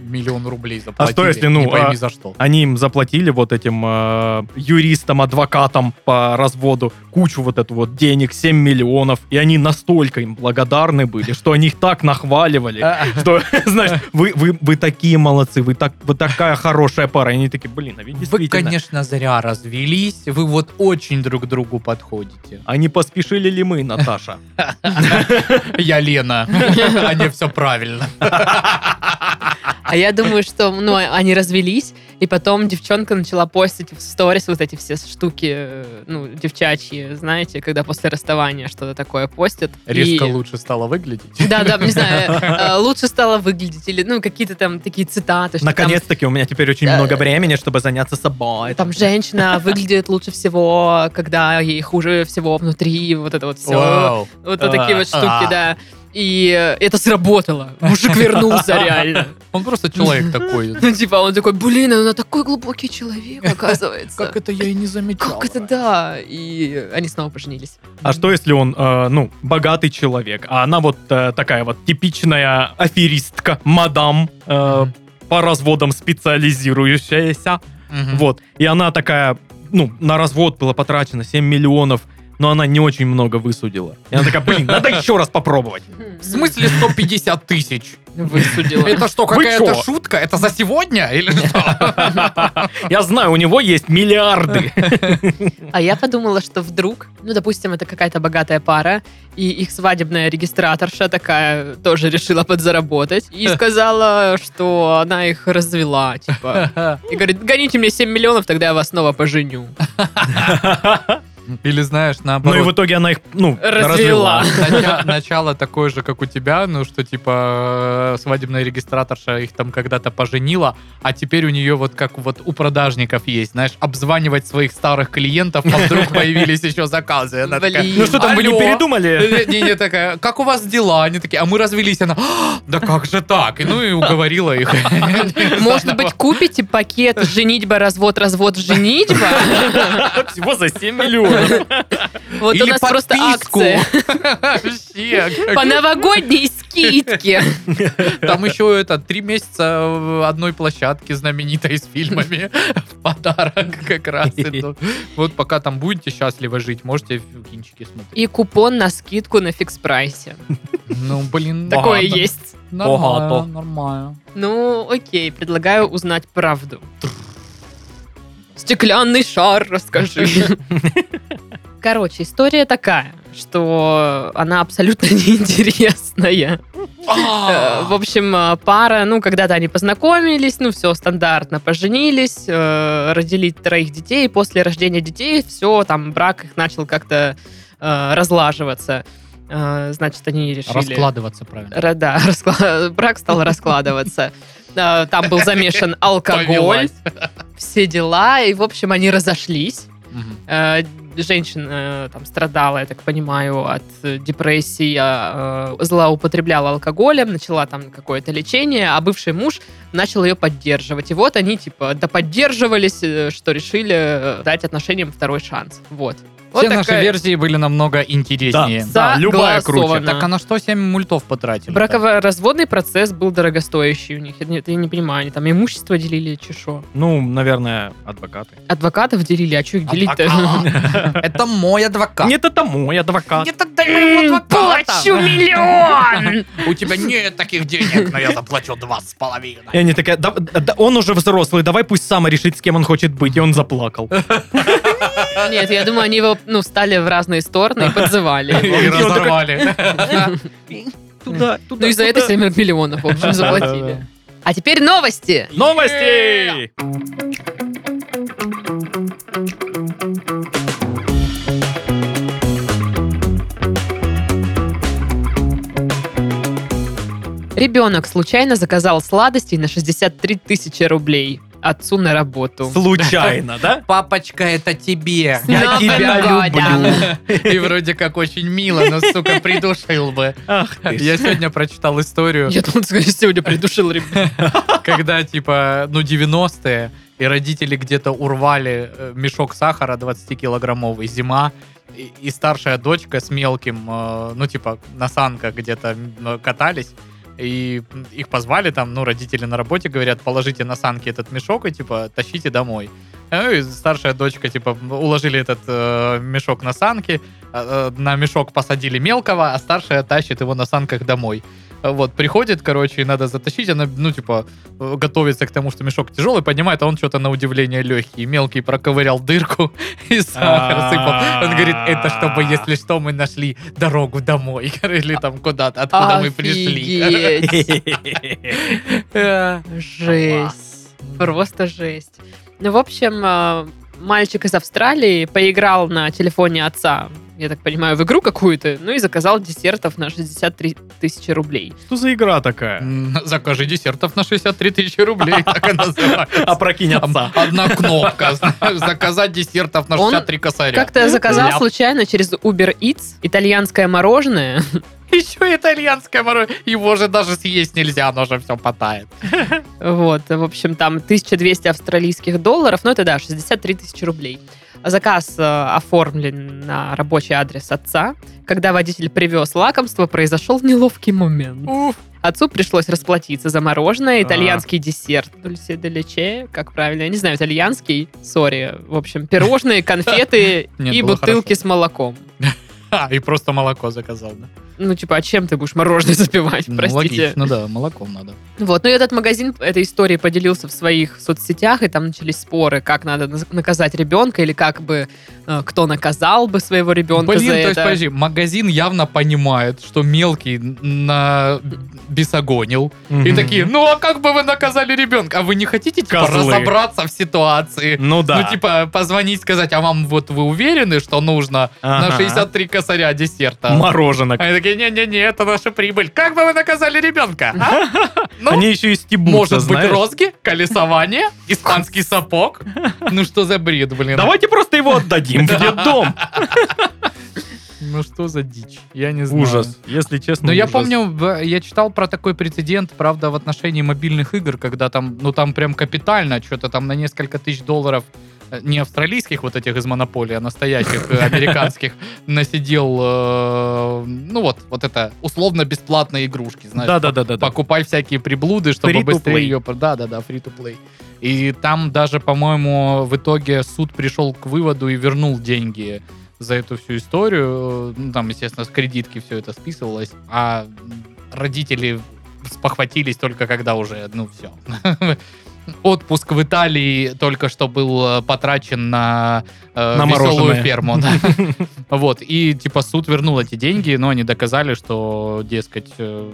Speaker 3: Миллион рублей заплатили.
Speaker 4: если, ну,
Speaker 3: Не пойми
Speaker 4: а-
Speaker 3: за что.
Speaker 4: Они им заплатили вот этим э, юристам, адвокатам по разводу кучу вот эту вот денег, 7 миллионов. И они настолько им благодарны были, что они их так нахваливали, что, знаешь, вы, вы, вы такие молодцы, вы, так, вы такая хорошая пара. И они такие, блин, а ведь
Speaker 3: Вы,
Speaker 4: действительно.
Speaker 3: конечно, зря развелись. Вы вот очень друг другу подходите.
Speaker 4: А не поспешили ли мы, Наташа?
Speaker 3: Я Лена. Они все правильно.
Speaker 1: А я думаю, что ну, они развелись, и потом девчонка начала постить в сторис вот эти все штуки, э, ну, девчачьи, знаете, когда после расставания что-то такое постят. И-
Speaker 3: Резко лучше стало выглядеть.
Speaker 1: Да, да, не знаю, э, лучше стало выглядеть, или, ну, какие-то там такие цитаты. что там-
Speaker 4: Наконец-таки у меня теперь очень
Speaker 1: Э,
Speaker 4: много времени, чтобы заняться собой.
Speaker 1: Там женщина выглядит лучше всего, когда ей хуже всего внутри, вот это вот все.
Speaker 3: Вау.
Speaker 1: Вот вот такие вот штуки,
Speaker 3: А.
Speaker 1: да. И э, это сработало. Мужик вернулся реально.
Speaker 3: Он просто человек такой.
Speaker 1: Ну, типа, он такой, блин, она такой глубокий человек, оказывается.
Speaker 3: Как это я и не заметил.
Speaker 1: Как это да? И они снова поженились.
Speaker 4: А что, если он, э, ну, богатый человек, а она вот э, такая вот типичная аферистка, мадам, э,
Speaker 3: Мгм.
Speaker 4: по разводам специализирующаяся, вот, и она такая, ну, на развод было потрачено 7 миллионов, но она не очень много высудила. И она такая, блин, надо еще раз попробовать.
Speaker 1: В
Speaker 3: В смысле 150 тысяч?
Speaker 1: Высудила.
Speaker 3: Это что,
Speaker 4: Вы
Speaker 3: какая-то
Speaker 4: чё?
Speaker 3: шутка? Это за сегодня или что?
Speaker 4: Я знаю, у него есть миллиарды.
Speaker 1: А я подумала, что вдруг, ну, допустим, это какая-то богатая пара, и их свадебная регистраторша такая тоже решила подзаработать и сказала, что она их развела, типа. И говорит, гоните мне 7 миллионов, тогда я вас снова поженю.
Speaker 3: Или знаешь,
Speaker 4: Ну и
Speaker 3: наоборот.
Speaker 4: в итоге она их, ну,
Speaker 1: Развела.
Speaker 4: развела.
Speaker 3: Нача- Начало такое же, как у тебя, ну что типа э, свадебная регистраторша их там когда-то поженила, а теперь у нее вот как вот у продажников есть, знаешь, обзванивать своих старых клиентов, а вдруг появились еще заказы. Она такая,
Speaker 1: Блин.
Speaker 4: Ну что там, вы не
Speaker 3: «Алло».
Speaker 4: передумали?
Speaker 3: Не, не, такая, как у вас дела? Они такие, а мы развелись. Она, «А, да как же так? И ну и уговорила их.
Speaker 1: Может быть, купите пакет «Женитьба, развод, развод, женитьба»?
Speaker 4: Всего за 7 миллионов.
Speaker 1: Вот у
Speaker 3: Или
Speaker 1: нас просто
Speaker 3: подписку.
Speaker 1: акция.
Speaker 3: Вообще, как-
Speaker 1: По новогодней скидке.
Speaker 3: Там еще это три месяца в одной площадке знаменитой с фильмами в подарок как раз. Это. Вот пока там будете счастливо жить, можете кинчики смотреть.
Speaker 1: И купон на скидку на фикс-прайсе.
Speaker 3: Ну, блин,
Speaker 1: Такое
Speaker 3: ладно.
Speaker 1: есть.
Speaker 3: Нормально,
Speaker 4: Богато.
Speaker 3: нормально.
Speaker 1: Ну, окей, предлагаю узнать правду. Стеклянный шар, расскажи. Короче, история такая, что она абсолютно неинтересная.
Speaker 3: а!
Speaker 1: Э, В общем, э, пара, ну, когда-то они познакомились, ну, все стандартно, поженились, э, родили троих детей. После рождения детей все, там, брак их начал как-то э, разлаживаться. Э, Значит, они решили...
Speaker 3: Раскладываться правильно.
Speaker 1: Ра- Да, раскла- брак стал раскладываться. Э, Там был замешан алкоголь,
Speaker 3: Повелась.
Speaker 1: все дела. И, в общем, они разошлись.
Speaker 3: Мгм.
Speaker 1: Э, Женщина э, там страдала, я так понимаю, от э, депрессии, э, злоупотребляла алкоголем, начала там какое-то лечение, а бывший муж начал ее поддерживать. И вот они типа доподдерживались, э, что решили э, дать отношениям второй шанс. Вот. Вот
Speaker 3: Все наши
Speaker 1: такая
Speaker 3: версии были намного интереснее.
Speaker 1: Да,
Speaker 4: любая
Speaker 1: согласована.
Speaker 4: круче.
Speaker 3: Так а на что 7 мультов потратили?
Speaker 1: Браково-разводный процесс был дорогостоящий у них. Я не, я не понимаю, они там имущество делили, чешо.
Speaker 4: Ну, наверное, адвокаты.
Speaker 1: Адвокатов делили, а что их делить-то?
Speaker 3: Это мой адвокат.
Speaker 4: Нет, это мой адвокат.
Speaker 3: Нет, отдай моего адвоката.
Speaker 1: Плачу миллион!
Speaker 3: У тебя нет таких денег, но я заплачу два с половиной.
Speaker 4: И они такая, «Да- да- он уже взрослый, давай пусть сам решит, с кем он хочет быть. И он заплакал.
Speaker 3: Э,
Speaker 1: Нет, я думаю, они его ну, встали в разные стороны и подзывали.
Speaker 3: И
Speaker 4: И он
Speaker 3: разорвали.
Speaker 4: Туда, туда,
Speaker 1: Ну и за это 7 миллионов, в общем, заплатили. А теперь новости!
Speaker 4: Новости!
Speaker 1: Ребенок случайно заказал сладостей на 63 тысячи рублей отцу на
Speaker 3: Ну.
Speaker 1: работу.
Speaker 4: Случайно, да?
Speaker 3: Папочка, это тебе.
Speaker 1: С Новым годом!
Speaker 3: И вроде как очень мило, но, сука, придушил бы.
Speaker 4: Ах ты ж.
Speaker 3: Я сегодня прочитал историю,
Speaker 1: Я тут сегодня придушил ребенка.
Speaker 3: когда, типа, ну, 90-е, и родители где-то урвали э, мешок сахара 20-килограммовый, зима, и, и старшая дочка с мелким, э, ну, типа, на санках где-то м, э, катались, и их позвали там, ну, родители на работе говорят, положите на санки этот мешок и, типа, тащите домой. Ну, и старшая дочка, типа, уложили этот э, мешок на санки, э, э, на мешок посадили мелкого, а старшая тащит его на санках домой. Э, Вот, приходит, короче, и надо затащить, она, ну, типа, э, готовится к тому, что мешок тяжелый, поднимает, а он что-то на удивление легкий. Мелкий проковырял дырку и сахар сыпал. Он говорит, это чтобы, если что, мы нашли дорогу домой. Или там куда-то, откуда мы пришли. Э,
Speaker 1: Жесть. Просто жесть. Ну, в общем, э, мальчик из Австралии поиграл на телефоне отца, я так понимаю, в игру какую-то, ну и заказал десертов на 63 тысячи рублей.
Speaker 4: Что за игра такая?
Speaker 3: м, Закажи десертов на 63 тысячи рублей, так и называется.
Speaker 4: Опрокинь
Speaker 3: А Там
Speaker 4: отца.
Speaker 3: Одна кнопка. знаешь, Заказать десертов на
Speaker 1: Он
Speaker 3: 63 косаря.
Speaker 1: Как-то заказал
Speaker 4: Ляп.
Speaker 1: случайно через Uber Eats итальянское мороженое.
Speaker 3: Еще итальянское мороженое. Его же даже съесть нельзя, оно же все потает.
Speaker 1: Вот, в общем, там 1200 австралийских долларов, ну это да, 63 тысячи рублей. Заказ э, оформлен на рабочий адрес отца. Когда водитель привез лакомство, произошел неловкий момент.
Speaker 3: Уф.
Speaker 1: Отцу пришлось расплатиться за мороженое,
Speaker 4: А.
Speaker 1: итальянский десерт. Дульсе де лече, как правильно, я не знаю, итальянский, сори. В общем, пирожные, конфеты
Speaker 3: Нет,
Speaker 1: и
Speaker 3: было
Speaker 1: бутылки
Speaker 3: хорошо.
Speaker 1: с молоком.
Speaker 3: А, и просто молоко заказал, да?
Speaker 1: ну, типа, а чем ты будешь мороженое запивать,
Speaker 3: Ну,
Speaker 1: простите?
Speaker 3: логично, да, молоком надо.
Speaker 1: Вот, ну и этот магазин этой истории поделился в своих соцсетях, и там начались споры, как надо наз- наказать ребенка, или как бы э, кто наказал бы своего ребенка
Speaker 3: Блин,
Speaker 1: за
Speaker 3: то
Speaker 1: это.
Speaker 3: есть, подожди, магазин явно понимает, что мелкий на бесогонил. И
Speaker 4: Мгм.
Speaker 3: такие, ну а как бы вы наказали ребенка? А вы не хотите типа,
Speaker 4: Козлы.
Speaker 3: разобраться в ситуации?
Speaker 4: Ну да.
Speaker 3: Ну, типа, позвонить, сказать, а вам вот вы уверены, что нужно на
Speaker 4: Ага.
Speaker 3: 63 косаря десерта?
Speaker 4: Мороженок.
Speaker 3: Они такие, не-не-не, это наша прибыль. Как бы вы наказали ребенка? а? Ну,
Speaker 4: Они еще и стебутся,
Speaker 3: может
Speaker 4: знаешь.
Speaker 3: быть, розги, колесование, испанский сапог? Ну что за бред, блин?
Speaker 4: Давайте просто его отдадим в детдом.
Speaker 3: Ну что за дичь? Я не знаю.
Speaker 4: Ужас, если честно.
Speaker 3: Ну, я
Speaker 4: ужас.
Speaker 3: помню, в- я читал про такой прецедент, правда, в отношении мобильных игр, когда там, ну, там прям капитально, что-то там на несколько тысяч долларов э, не австралийских вот этих из монополии, а настоящих э, американских, насидел, э, ну вот, вот это условно-бесплатные игрушки, знаешь,
Speaker 4: Да-да-да-да. да.
Speaker 3: покупай всякие приблуды, чтобы
Speaker 4: Free to play.
Speaker 3: быстрее ее... Да, да, да, free to play. И там даже, по-моему, в итоге суд пришел к выводу и вернул деньги за эту всю историю. Ну, там, естественно, с кредитки все это списывалось. А родители спохватились только когда уже, ну, все. Отпуск в Италии только что был э, потрачен на, э,
Speaker 4: На
Speaker 3: веселую
Speaker 4: мороженое.
Speaker 3: ферму. да. Вот, и типа суд вернул эти деньги, но они доказали, что, дескать, э,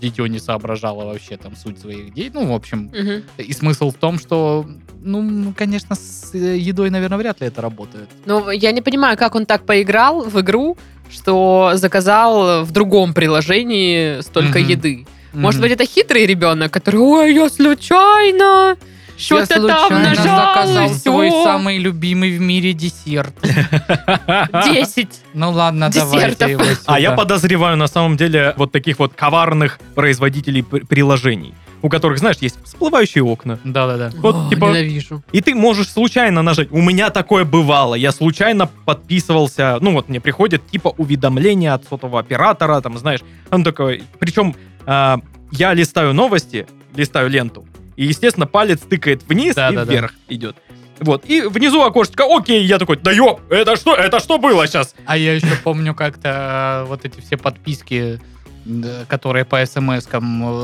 Speaker 3: дитё не соображало вообще там суть своих действий. Ну, в общем,
Speaker 1: Мгм.
Speaker 3: и смысл в том, что, ну, конечно, с э, едой, наверное, вряд ли это работает.
Speaker 1: Ну, я не понимаю, как он так поиграл в игру, что заказал в другом приложении столько
Speaker 3: Мгм.
Speaker 1: еды. Может быть, это хитрый ребенок, который, ой, я случайно, что-то там
Speaker 3: случайно
Speaker 1: нажал, и
Speaker 3: заказал свой
Speaker 1: все.
Speaker 3: самый любимый в мире десерт.
Speaker 1: Десять.
Speaker 3: Ну ладно,
Speaker 1: Десертов.
Speaker 3: давайте его сюда.
Speaker 4: А я подозреваю на самом деле вот таких вот коварных производителей пр- приложений, у которых, знаешь, есть всплывающие окна.
Speaker 3: Да-да-да.
Speaker 4: Вот,
Speaker 1: О,
Speaker 4: типа,
Speaker 1: Ненавижу.
Speaker 4: И ты можешь случайно нажать. У меня такое бывало. Я случайно подписывался. Ну вот мне приходит типа уведомление от сотового оператора, там, знаешь. Он такой... Причем а, я листаю новости, листаю ленту. И, естественно, палец тыкает вниз и
Speaker 3: Да-да-да.
Speaker 4: вверх идет. Вот. И внизу окошечко. Окей. Я такой, да ёп, это что? Это что было сейчас?
Speaker 3: А я еще помню как-то э, вот эти все подписки, э, которые по смс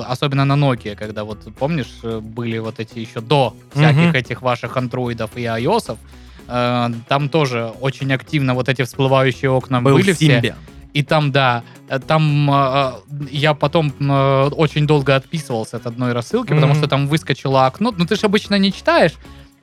Speaker 3: особенно на Nokia, когда вот, помнишь, э, были вот эти еще до всяких
Speaker 4: Мгм.
Speaker 3: этих ваших андроидов и iOS, э, там тоже очень активно вот эти всплывающие окна были все. И там, да, э, там э, я потом э, очень долго отписывался от одной рассылки, потому
Speaker 4: Мгм.
Speaker 3: что там выскочило окно. Ну, ты же обычно не читаешь.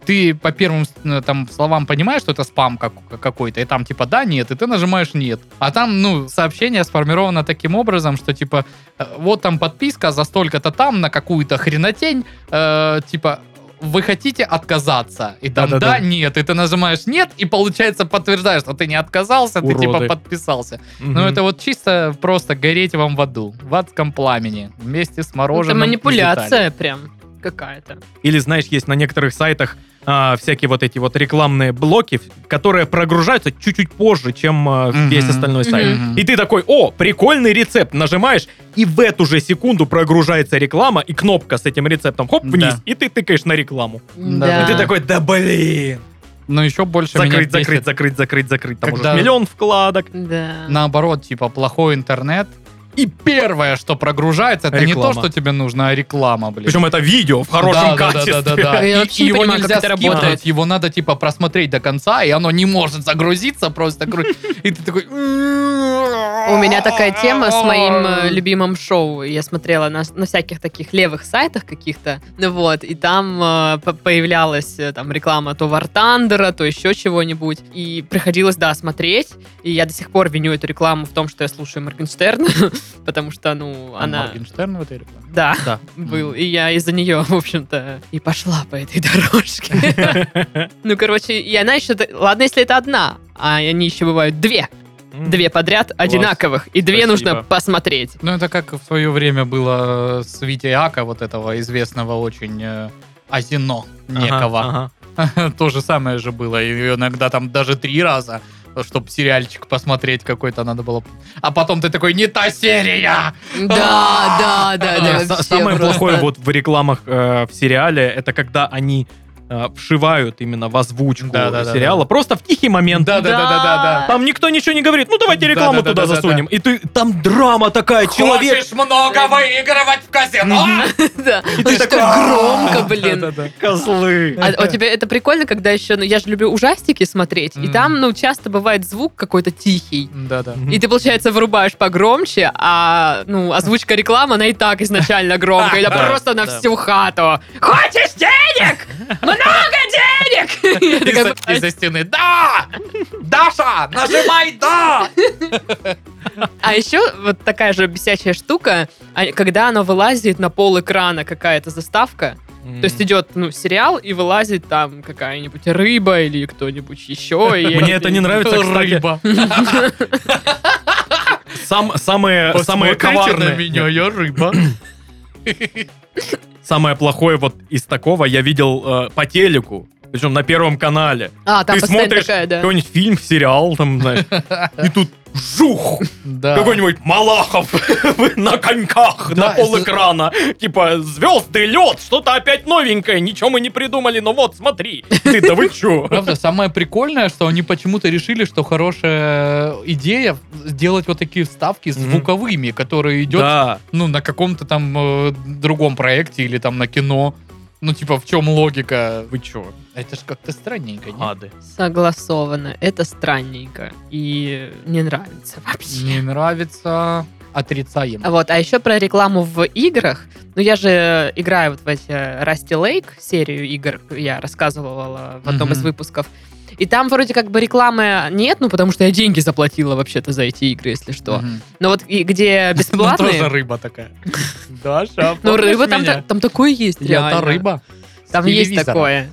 Speaker 3: Ты по первым э, там словам понимаешь, что это спам как- какой-то, и там типа да, нет, и ты нажимаешь нет. А там, ну, сообщение сформировано таким образом, что типа э, вот там подписка за столько-то там на какую-то хренотень, э, типа вы хотите отказаться? И там да,
Speaker 4: Да-да-да.
Speaker 3: нет, и ты нажимаешь нет, и получается подтверждаешь, что ты не отказался, ты типа
Speaker 4: Уроды.
Speaker 3: подписался. Ну, это вот чисто просто гореть вам в аду, в адском пламени, вместе с
Speaker 1: Это
Speaker 3: мороженым. и
Speaker 1: манипуляция прям какая-то.
Speaker 4: Или, знаешь, есть на некоторых сайтах а, всякие вот эти вот рекламные блоки, в- которые прогружаются чуть-чуть позже, чем а,
Speaker 3: Мгм.
Speaker 4: весь остальной сайт.
Speaker 3: Мгм.
Speaker 4: И ты такой, о, прикольный рецепт, нажимаешь, и в эту же секунду прогружается реклама, и кнопка с этим рецептом, хоп, вниз,
Speaker 3: Да.
Speaker 4: и ты тыкаешь на рекламу.
Speaker 3: Да.
Speaker 4: И ты
Speaker 1: Да.
Speaker 4: такой, да блин,
Speaker 3: деталей. Но еще больше меня
Speaker 4: закрыть,
Speaker 3: бесит,
Speaker 4: закрыть, закрыть, закрыть, закрыть, там
Speaker 3: Когда-
Speaker 4: уже миллион вкладок.
Speaker 1: Да.
Speaker 3: наоборот, типа, плохой интернет. И первое, что прогружается, это не
Speaker 4: Реклама.
Speaker 3: то, что тебе нужно, а реклама, блин.
Speaker 4: Причем это видео в хорошем
Speaker 3: да,
Speaker 4: качестве.
Speaker 3: Да, да, да, да.
Speaker 1: Я
Speaker 3: И-
Speaker 1: вообще
Speaker 3: и
Speaker 1: не
Speaker 3: его
Speaker 1: понимаю, как
Speaker 3: нельзя
Speaker 1: это
Speaker 3: скипнуть,
Speaker 1: работает.
Speaker 3: Его надо типа просмотреть до конца, и оно не может загрузиться просто. гру- И ты такой...
Speaker 1: У
Speaker 3: У
Speaker 1: меня такая тема с моим э, любимым шоу. Я смотрела на, на всяких таких левых сайтах каких-то, ну вот, и там э, по- появлялась э, там реклама то War Thunder, то еще чего-нибудь. И приходилось, да, смотреть. И я до сих пор виню эту рекламу в том, что я слушаю Моргенштерна, потому что, ну,
Speaker 3: А
Speaker 1: она...
Speaker 3: Моргенштерн в этой рекламе.
Speaker 1: Да,
Speaker 3: Да.
Speaker 1: был. И я из-за нее, в общем-то, и пошла по этой дорожке. Ну, короче, и она еще... Ладно, если это одна, а они еще бывают две. Две подряд одинаковых, и две
Speaker 4: Спасибо.
Speaker 1: нужно посмотреть.
Speaker 3: Ну, это как в свое время было э, с Витей Ака, вот этого известного очень э, Азино
Speaker 4: Ага,
Speaker 3: некого.
Speaker 4: ага.
Speaker 3: То же самое же было. И иногда там даже три раза, чтобы сериальчик посмотреть какой-то надо было. А потом ты такой, не та серия!
Speaker 1: Да, да, да,
Speaker 4: Не,
Speaker 1: да. А,
Speaker 4: са-
Speaker 1: вообще
Speaker 4: Самое
Speaker 1: просто.
Speaker 4: плохое вот в рекламах э, в сериале, это когда они э, вшивают именно в озвучку
Speaker 5: Да-да-да-да.
Speaker 4: сериала. Просто в тихий момент.
Speaker 5: Да-да-да-да-да.
Speaker 4: Там никто ничего не говорит. Ну давайте рекламу туда
Speaker 5: Да-да-да-да-да.
Speaker 4: засунем. И ты там драма такая, человек.
Speaker 5: Хочешь много выигрывать в казино?
Speaker 1: Да, Ой, так громко, блин.
Speaker 4: Да-да-да. Козлы.
Speaker 1: А у тебя это прикольно, когда еще, ну я же люблю ужастики смотреть, и
Speaker 5: Мгм.
Speaker 1: там, ну, часто бывает звук какой-то тихий.
Speaker 5: Да-да.
Speaker 1: И ты, получается, вырубаешь погромче, а ну, озвучка рекламы, она и так изначально громкая.
Speaker 5: Да,
Speaker 1: Это просто на
Speaker 5: да.
Speaker 1: всю хату. Хочешь денег? Много денег! Я такая,
Speaker 5: Из-за из-за стены. Да! Даша, нажимай да!
Speaker 1: А еще вот такая же бесячая штука, а когда она вылазит на пол экрана какая-то заставка, то есть идет ну, сериал и вылазит там какая-нибудь рыба или кто-нибудь еще. и я
Speaker 4: Мне это не нравится, кстати.
Speaker 5: Рыба.
Speaker 4: Сам- самые, самые коварные.
Speaker 5: я рыба.
Speaker 4: Самое плохое вот из такого я видел э, по телеку. Причем на первом канале.
Speaker 1: А, там
Speaker 4: Ты
Speaker 1: постоянно
Speaker 4: смотришь
Speaker 1: такая, да.
Speaker 4: какой-нибудь фильм, сериал, там, знаешь, и тут жух!
Speaker 5: Да.
Speaker 4: Какой-нибудь Малахов на коньках,
Speaker 5: Да,
Speaker 4: на пол
Speaker 5: это-
Speaker 4: экрана. Типа, звезды, лед, что-то опять новенькое, ничего мы не придумали, но вот, смотри. Ты, да вы чё?
Speaker 3: Правда, самое прикольное, что они почему-то решили, что хорошая идея сделать вот такие вставки
Speaker 4: Мгм.
Speaker 3: звуковыми, которые идет
Speaker 4: Да.
Speaker 3: ну, на каком-то там э, другом проекте или там на кино. Ну, типа, в чем логика?
Speaker 4: Вы чё?
Speaker 3: Это ж как-то странненько, не?
Speaker 4: Ады.
Speaker 1: Согласовано. Это странненько. И не нравится вообще.
Speaker 3: Не нравится, отрицаем.
Speaker 1: А Вот, а еще про рекламу в играх. Ну, я же играю вот в эти Rusty Lake серию игр, я рассказывала в одном
Speaker 3: Мгм.
Speaker 1: из выпусков. И там вроде как бы рекламы нет, ну, потому что я деньги заплатила вообще-то за эти игры, если что.
Speaker 3: Мгм.
Speaker 1: Но вот и где
Speaker 3: Ну, тоже
Speaker 1: бесплатные...
Speaker 3: рыба такая.
Speaker 5: Даша,
Speaker 1: Ну, рыба там,
Speaker 5: помнишь
Speaker 1: та- там такое есть,
Speaker 3: Я-то
Speaker 1: реально.
Speaker 3: рыба. с
Speaker 1: Там есть
Speaker 3: телевизора.
Speaker 1: такое.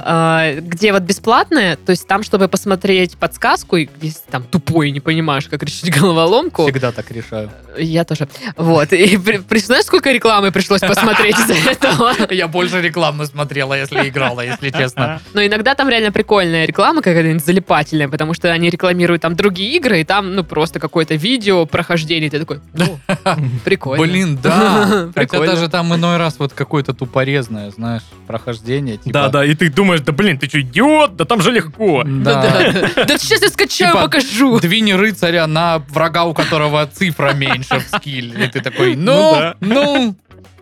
Speaker 1: А, Где вот бесплатное, то есть там, чтобы посмотреть подсказку, и если там тупой, не понимаешь, как решить головоломку,
Speaker 3: Всегда так решаю.
Speaker 1: Я тоже. Вот. И при- при- знаешь, сколько рекламы пришлось посмотреть из-за этого?
Speaker 3: Я больше рекламу смотрела, если играла, если честно.
Speaker 1: Но иногда там реально прикольная реклама, какая-нибудь залипательная, потому что они рекламируют там другие игры, и там, ну, просто какое-то видео прохождение. Ты такой, «О, прикольно.
Speaker 3: Блин, да. Хотя
Speaker 1: Прикольно.
Speaker 3: даже там иной раз вот какое-то тупорезное, знаешь, прохождение. типа-
Speaker 4: Да-да, и ты думаешь, да блин, ты чё, идиот? Да там же легко.
Speaker 3: Да.
Speaker 1: Да-да-да. Да сейчас я скачаю,
Speaker 3: Типа,
Speaker 1: покажу.
Speaker 3: Двини рыцаря на врага, у которого цифра меньше в скилле. И ты такой,
Speaker 4: Ну
Speaker 3: ну,
Speaker 4: да.
Speaker 3: ну,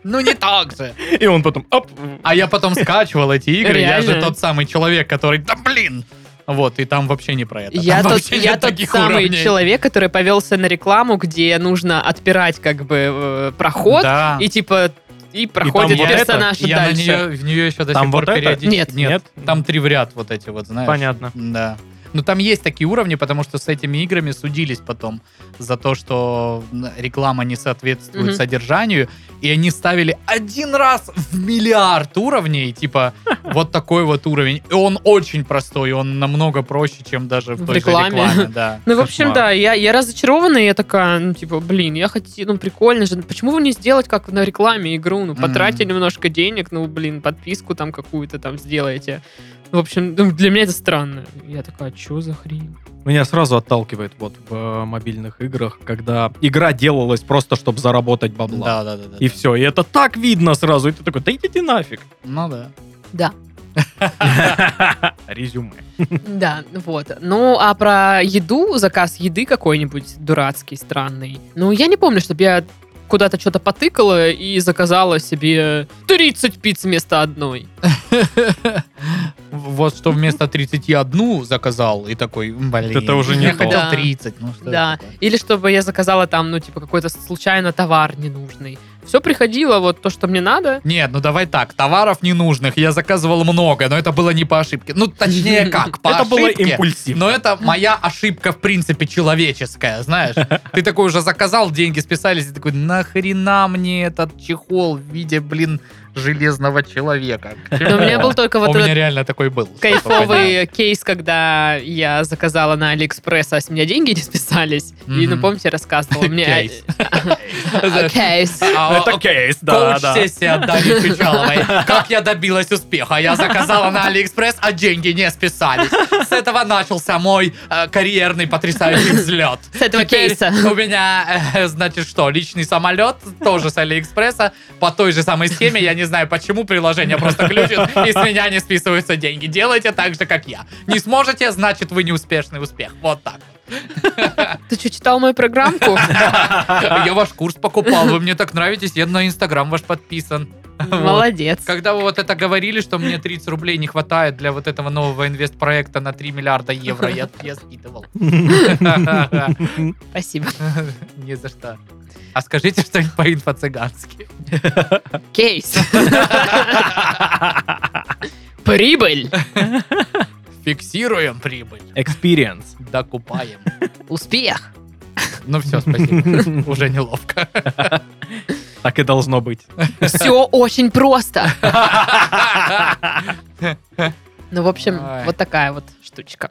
Speaker 3: ну не так же.
Speaker 4: И он потом, оп,
Speaker 3: А я потом скачивал эти игры, я же
Speaker 1: Реально.
Speaker 3: тот самый человек, который, да блин! Вот, и там вообще не про это.
Speaker 1: Я
Speaker 3: Там
Speaker 1: тот,
Speaker 3: вообще
Speaker 1: я
Speaker 3: нет
Speaker 1: тот
Speaker 3: таких
Speaker 1: самый
Speaker 3: уровней.
Speaker 1: человек, который повелся на рекламу, где нужно отпирать как бы э, проход,
Speaker 3: Да.
Speaker 1: и типа и проходит
Speaker 4: вот это,
Speaker 1: персонаж
Speaker 3: Я на
Speaker 1: дальше.
Speaker 3: нее, в нее еще до
Speaker 4: Там
Speaker 3: сих
Speaker 4: вот
Speaker 3: пор
Speaker 4: это?
Speaker 3: периодически...
Speaker 1: Нет.
Speaker 3: нет.
Speaker 4: Нет?
Speaker 3: Там три в ряд вот эти вот, знаешь.
Speaker 4: понятно.
Speaker 3: Да. Ну, там есть такие уровни, потому что с этими играми судились потом за то, что м, реклама не соответствует
Speaker 1: Мгм.
Speaker 3: содержанию, и они ставили один раз в миллиард уровней, типа, вот такой вот уровень. И он очень простой, и он намного проще, чем даже в
Speaker 1: В
Speaker 3: той же
Speaker 1: рекламе.
Speaker 3: рекламе. Да.
Speaker 1: Ну, в общем,
Speaker 4: Кошмар.
Speaker 1: да, я, я разочарована, и я такая, ну, типа, блин, я хотела, ну, прикольно же, почему вы не сделать, как на рекламе игру, ну, потратили
Speaker 3: Мгм.
Speaker 1: немножко денег, ну, блин, подписку там какую-то там сделаете. В общем, ну, для меня это странно. Я такая, что за хрень?
Speaker 4: Меня сразу отталкивает вот в э, мобильных играх, когда игра делалась просто, чтобы заработать
Speaker 1: Ну,
Speaker 4: бабла.
Speaker 3: Да, да, да, да.
Speaker 4: И все. И это так видно сразу. И ты такой, да идите нафиг.
Speaker 3: Ну да.
Speaker 1: Да.
Speaker 4: Резюме.
Speaker 1: Да, вот. Ну, а про еду, заказ еды какой-нибудь дурацкий, странный. Ну, я не помню, чтобы я куда-то что-то потыкала и заказала себе 30 пиц вместо одной.
Speaker 3: Вот что вместо 31 заказал, и такой, блин,
Speaker 4: Это уже не
Speaker 3: я
Speaker 4: то.
Speaker 3: хотел
Speaker 1: Да.
Speaker 3: 30, ну что это
Speaker 1: Да.
Speaker 3: такое?
Speaker 1: Или чтобы я заказала там, ну, типа, какой-то случайно товар ненужный. Все приходило, вот то, что мне надо.
Speaker 3: Нет, ну давай так, товаров ненужных я заказывал много, но это было не по ошибке. Ну, точнее как, по
Speaker 4: это было
Speaker 3: ошибке,
Speaker 4: импульсивно.
Speaker 3: Но это моя ошибка, в принципе, человеческая, знаешь. Ты такой уже заказал, деньги списались, и ты такой, нахрена мне этот чехол в виде, блин, железного человека?
Speaker 1: Но у меня был только
Speaker 3: У
Speaker 1: вот
Speaker 3: меня
Speaker 1: этот
Speaker 3: реально такой был. чтобы понять.
Speaker 1: кайфовый кейс, когда я заказала на Алиэкспресс, а с меня деньги не списались. И, ну,
Speaker 3: Мгм.
Speaker 1: помните, я рассказывала мне... А,
Speaker 3: Кейс.
Speaker 1: Окей.
Speaker 3: А,
Speaker 4: Это
Speaker 3: а,
Speaker 4: кейс, да, да.
Speaker 3: Коуч-сессия Дарьи Чучаловой. Как я добилась успеха? Я заказала на Алиэкспресс, а деньги не списались. С этого начался мой э, карьерный потрясающий взлет.
Speaker 1: С этого
Speaker 3: Теперь
Speaker 1: кейса.
Speaker 3: У меня, э, значит, что, личный самолет тоже с Алиэкспресса по той же самой схеме. Я не знаю, почему приложение просто ключит, и с меня не списываются деньги. Делайте так же, как я. Не сможете, значит, вы неуспешный успех. Вот так.
Speaker 1: Ты что, читал мою программку?
Speaker 3: Э, Я ваш курс покупал, вы мне так нравитесь, я на Инстаграм ваш подписан.
Speaker 1: Молодец.
Speaker 3: Когда вы вот это говорили, что мне 30 рублей не хватает для вот этого нового инвестпроекта на 3 миллиарда евро, я, я скидывал.
Speaker 1: Спасибо.
Speaker 3: Не за что. А скажите что-нибудь по-инфо-цыгански.
Speaker 1: Кейс. Прибыль.
Speaker 3: Фиксируем прибыль,
Speaker 4: Experience.
Speaker 3: докупаем.
Speaker 1: Успех.
Speaker 3: Ну все, спасибо. Уже неловко.
Speaker 4: Так и должно быть.
Speaker 1: Все очень просто.
Speaker 3: А
Speaker 1: Ну, в общем,
Speaker 3: Ой.
Speaker 1: вот такая вот штучка.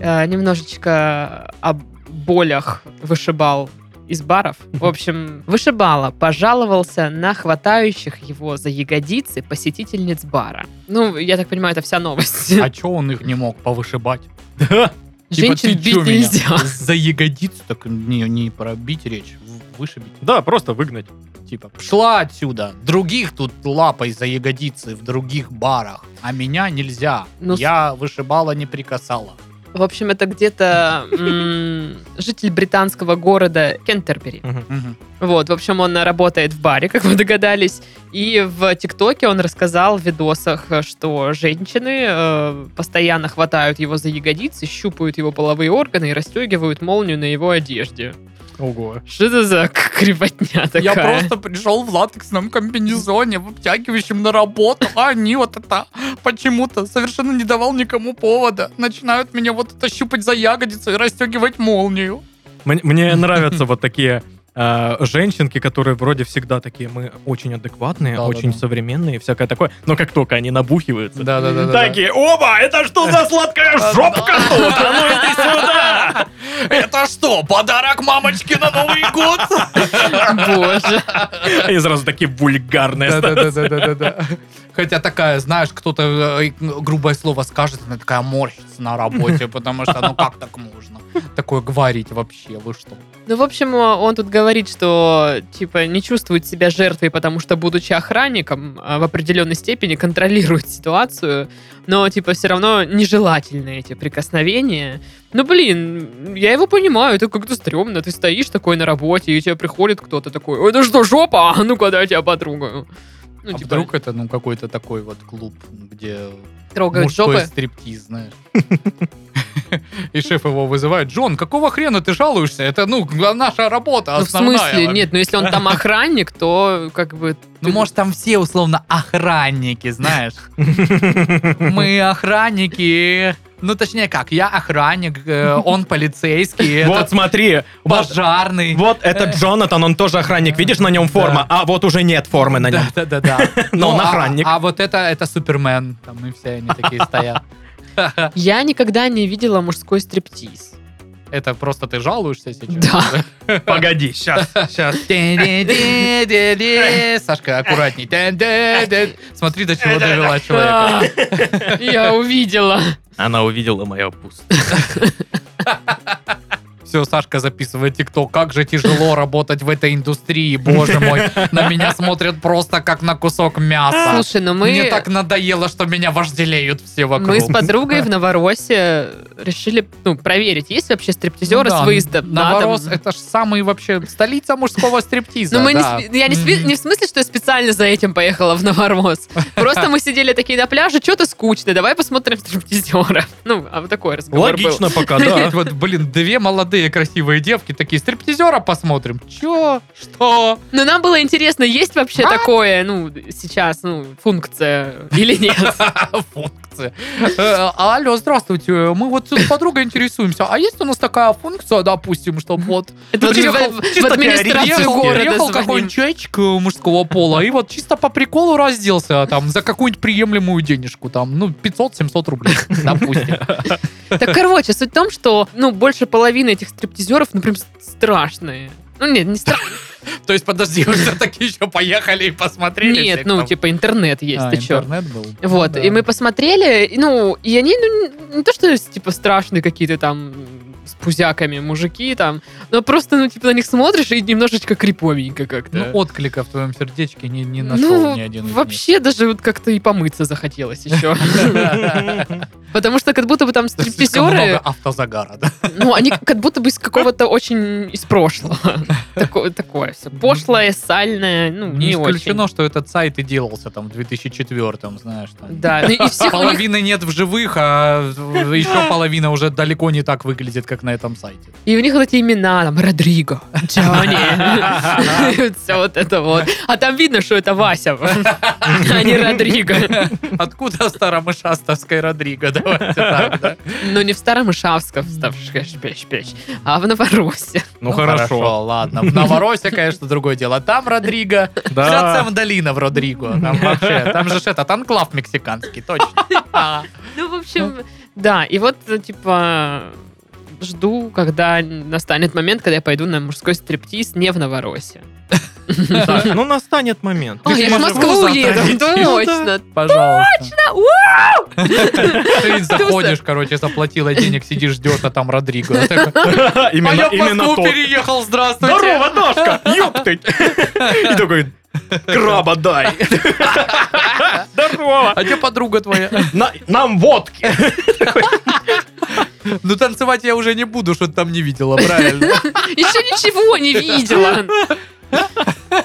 Speaker 1: Э, Немножечко о болях вышибал из баров. В общем, вышибала пожаловался на хватающих его за ягодицы посетительниц бара. Ну, я так понимаю, это вся новость.
Speaker 3: А че он их не мог повышибать? Типа,
Speaker 1: Женщин
Speaker 3: ты
Speaker 1: бить
Speaker 3: чё меня
Speaker 1: нельзя.
Speaker 3: За ягодицу так не, не пробить речь, в- вышибить.
Speaker 4: Да, просто выгнать.
Speaker 3: Типа, шла отсюда, других тут лапой за ягодицы в других барах, а меня нельзя.
Speaker 1: Ну, с-
Speaker 3: Я вышибала, не прикасала.
Speaker 1: В общем, это где-то м, житель британского города Кентербери.
Speaker 3: Мгм.
Speaker 1: Вот, в общем, он работает в баре, как вы догадались. И в ТикТоке он рассказал в видосах, что женщины э, постоянно хватают его за ягодицы, щупают его половые органы и расстегивают молнию на его одежде.
Speaker 4: Ого.
Speaker 1: Что это за к- кривотня такая?
Speaker 3: Я просто пришел в латексном комбинезоне, в обтягивающем на работу, а они вот это почему-то совершенно не давал никому повода. Начинают меня вот это щупать за ягодицу и расстегивать молнию.
Speaker 4: Мне, мне нравятся вот такие э, женщинки, которые вроде всегда такие, мы очень адекватные,
Speaker 3: Да-да-да.
Speaker 4: очень современные, всякое такое. Но как только они набухиваются,
Speaker 3: Да-да-да.
Speaker 4: такие, оба, это что за сладкая жопка тут? А ну иди сюда!
Speaker 3: Это что, подарок мамочке на Новый год?
Speaker 1: Боже.
Speaker 4: Они сразу такие вульгарные. становятся.
Speaker 3: Да-да-да-да-да. Хотя такая, знаешь, кто-то э, грубое слово скажет, она такая морщится на работе, потому что ну как так можно? Такое говорить вообще, вы что?
Speaker 1: Ну, в общем, он тут говорит, что, типа, не чувствует себя жертвой, потому что, будучи охранником, а, в определенной степени контролирует ситуацию, но, типа, все равно нежелательны эти прикосновения. Ну, блин, я его понимаю, это как-то стрёмно. Ты стоишь такой на работе, и у тебя приходит кто-то такой, «Ой, это что, жопа? А Ну-ка, дай я тебя потрогаю». Ну,
Speaker 3: А
Speaker 1: типа,
Speaker 3: вдруг это ну какой-то такой вот клуб, где
Speaker 1: трогают
Speaker 3: мужской
Speaker 1: жопы.
Speaker 3: стриптиз, знаешь. И шеф его вызывает. Джон, какого хрена ты жалуешься? Это, ну, наша работа
Speaker 1: Ну, в
Speaker 3: основная.
Speaker 1: смысле? Нет, ну, если он там охранник, то, как бы...
Speaker 3: Ну,
Speaker 1: ты-
Speaker 3: может, там все, условно, охранники, знаешь. Мы охранники. Ну, точнее как, я охранник, э, он полицейский,
Speaker 4: Вот
Speaker 3: этот
Speaker 4: смотри, вот
Speaker 3: пожарный.
Speaker 4: вот это Джонатан, он тоже охранник. Видишь, на нем форма, а вот уже нет формы на нем.
Speaker 3: Да, да, да.
Speaker 4: Но он
Speaker 3: а-
Speaker 4: охранник.
Speaker 3: А вот это, это Супермен. Там и все они такие стоят.
Speaker 1: Я никогда не видела мужской стриптиз.
Speaker 3: Это просто ты жалуешься сейчас?
Speaker 1: Да.
Speaker 3: а.
Speaker 4: Погоди, сейчас, сейчас.
Speaker 3: Тен-де-де-де-де. Сашка, аккуратней. Тен-де-де. Смотри, до чего довела человека.
Speaker 1: А, Я увидела.
Speaker 4: Она увидела мое пусто.
Speaker 3: Все, Сашка записывает тикток. Как же тяжело работать в этой индустрии, боже мой. На меня смотрят просто как на кусок мяса.
Speaker 1: Слушай, ну
Speaker 3: А, Мне
Speaker 1: мы,
Speaker 3: так надоело, что меня вожделеют все вокруг.
Speaker 1: мы с подругой в Новороссии решили ну, проверить, есть ли вообще стриптизеры
Speaker 3: Ну да,
Speaker 1: с выездом на дом.
Speaker 3: Новорос, это ж самый вообще столица мужского стриптиза.
Speaker 1: Ну, мы не
Speaker 3: да.
Speaker 1: спе- я не, спе-
Speaker 3: Мгм.
Speaker 1: не в смысле, что я специально за этим поехала в Новорос. Просто мы сидели такие на пляже, что-то скучно, давай посмотрим стриптизеров. Ну, а вот такой разговор был.
Speaker 4: Логично пока,
Speaker 3: Опять
Speaker 4: да.
Speaker 3: вот, блин, две молодые молодые красивые девки такие, стриптизера посмотрим. Чё? Что?
Speaker 1: Но нам было интересно, есть
Speaker 3: А?
Speaker 1: вообще такое, ну, сейчас, ну, функция или нет.
Speaker 3: А, Функция. Э, Алло, здравствуйте. Мы вот с подругой интересуемся. А есть у нас такая функция, допустим, чтобы вот
Speaker 1: Это вот
Speaker 3: Приехал
Speaker 1: в-
Speaker 3: чисто
Speaker 1: в администрацию
Speaker 3: приехал,
Speaker 1: города
Speaker 3: приехал
Speaker 1: звоним.
Speaker 3: какой-нибудь человечек э, мужского пола и вот чисто по приколу разделся а там за какую-нибудь приемлемую денежку, там, ну, 500-700 рублей, допустим.
Speaker 1: Так, короче, суть в том, что, ну, больше половины этих стриптизеров, ну, прям страшные. Ну, нет, не страшные.
Speaker 2: То есть, подожди, вы все-таки еще поехали и посмотрели?
Speaker 1: Нет,
Speaker 2: всех
Speaker 1: ну,
Speaker 2: там?
Speaker 1: типа, интернет есть,
Speaker 3: А,
Speaker 1: ты чё?
Speaker 3: интернет был.
Speaker 1: Вот,
Speaker 3: Да.
Speaker 1: и мы посмотрели, и, ну, и они, ну, н- не то, что, типа, страшные какие-то там с пузяками мужики там, но просто, ну, типа, на них смотришь и немножечко криповенько как-то.
Speaker 3: Ну, отклика в твоем сердечке не, не
Speaker 1: Ну,
Speaker 3: нашел ни один из них.
Speaker 1: вообще даже вот как-то и помыться захотелось еще.
Speaker 4: Ну,
Speaker 1: Потому что как будто бы там
Speaker 3: То есть слишком много
Speaker 1: стриптизеры,
Speaker 3: автозагара, да?
Speaker 1: ну, они как будто бы из какого-то очень из прошлого. Такое- Такое все. Пошлое, сальное, ну,
Speaker 3: Не
Speaker 1: не
Speaker 3: исключено,
Speaker 1: очень.
Speaker 3: что этот сайт и делался там в 2004 знаешь, там. А
Speaker 1: Да, ну, и всех у них
Speaker 3: Половины нет в живых, а еще половина уже далеко не так выглядит, как на этом сайте.
Speaker 1: И у них вот эти имена, там, Родриго, Джонни, все вот это вот. А там видно, что это Вася, а не Родриго.
Speaker 3: Откуда старомышастовской Родриго? Давайте так, да?
Speaker 1: Но не в Старом Ишавском, печь а в Новороссии.
Speaker 4: Ну хорошо.
Speaker 3: ладно. В Новороссии, конечно, другое дело. Там Родриго. Вся
Speaker 4: Да.
Speaker 3: там долина в Родриго. Там вообще, там же ж этот анклав мексиканский, точно. А,
Speaker 1: Ну, в общем, да, и вот, э, типа, жду, когда настанет момент, когда я пойду на мужской стриптиз не в Новороссии.
Speaker 4: Да, Ну настанет момент.
Speaker 1: Ой, я
Speaker 3: в
Speaker 1: же в Москву
Speaker 3: Москву завтра
Speaker 1: еду,
Speaker 3: летишь?
Speaker 1: точно.
Speaker 3: Пожалуйста. Ты
Speaker 1: Туса.
Speaker 3: заходишь, короче, заплатила денег, сидишь, ждешь, а там Родриго. А
Speaker 4: Именно
Speaker 3: я в
Speaker 4: именно
Speaker 3: Москву
Speaker 4: тот.
Speaker 3: переехал, здравствуйте.
Speaker 4: Здорово, Дашка! Ёп ты! И такой, краба дай! Здорово!
Speaker 3: А где подруга твоя?
Speaker 4: На- Нам водки!
Speaker 3: Ну танцевать я уже не буду, что ты там не видела, правильно?
Speaker 1: Еще ничего не видела.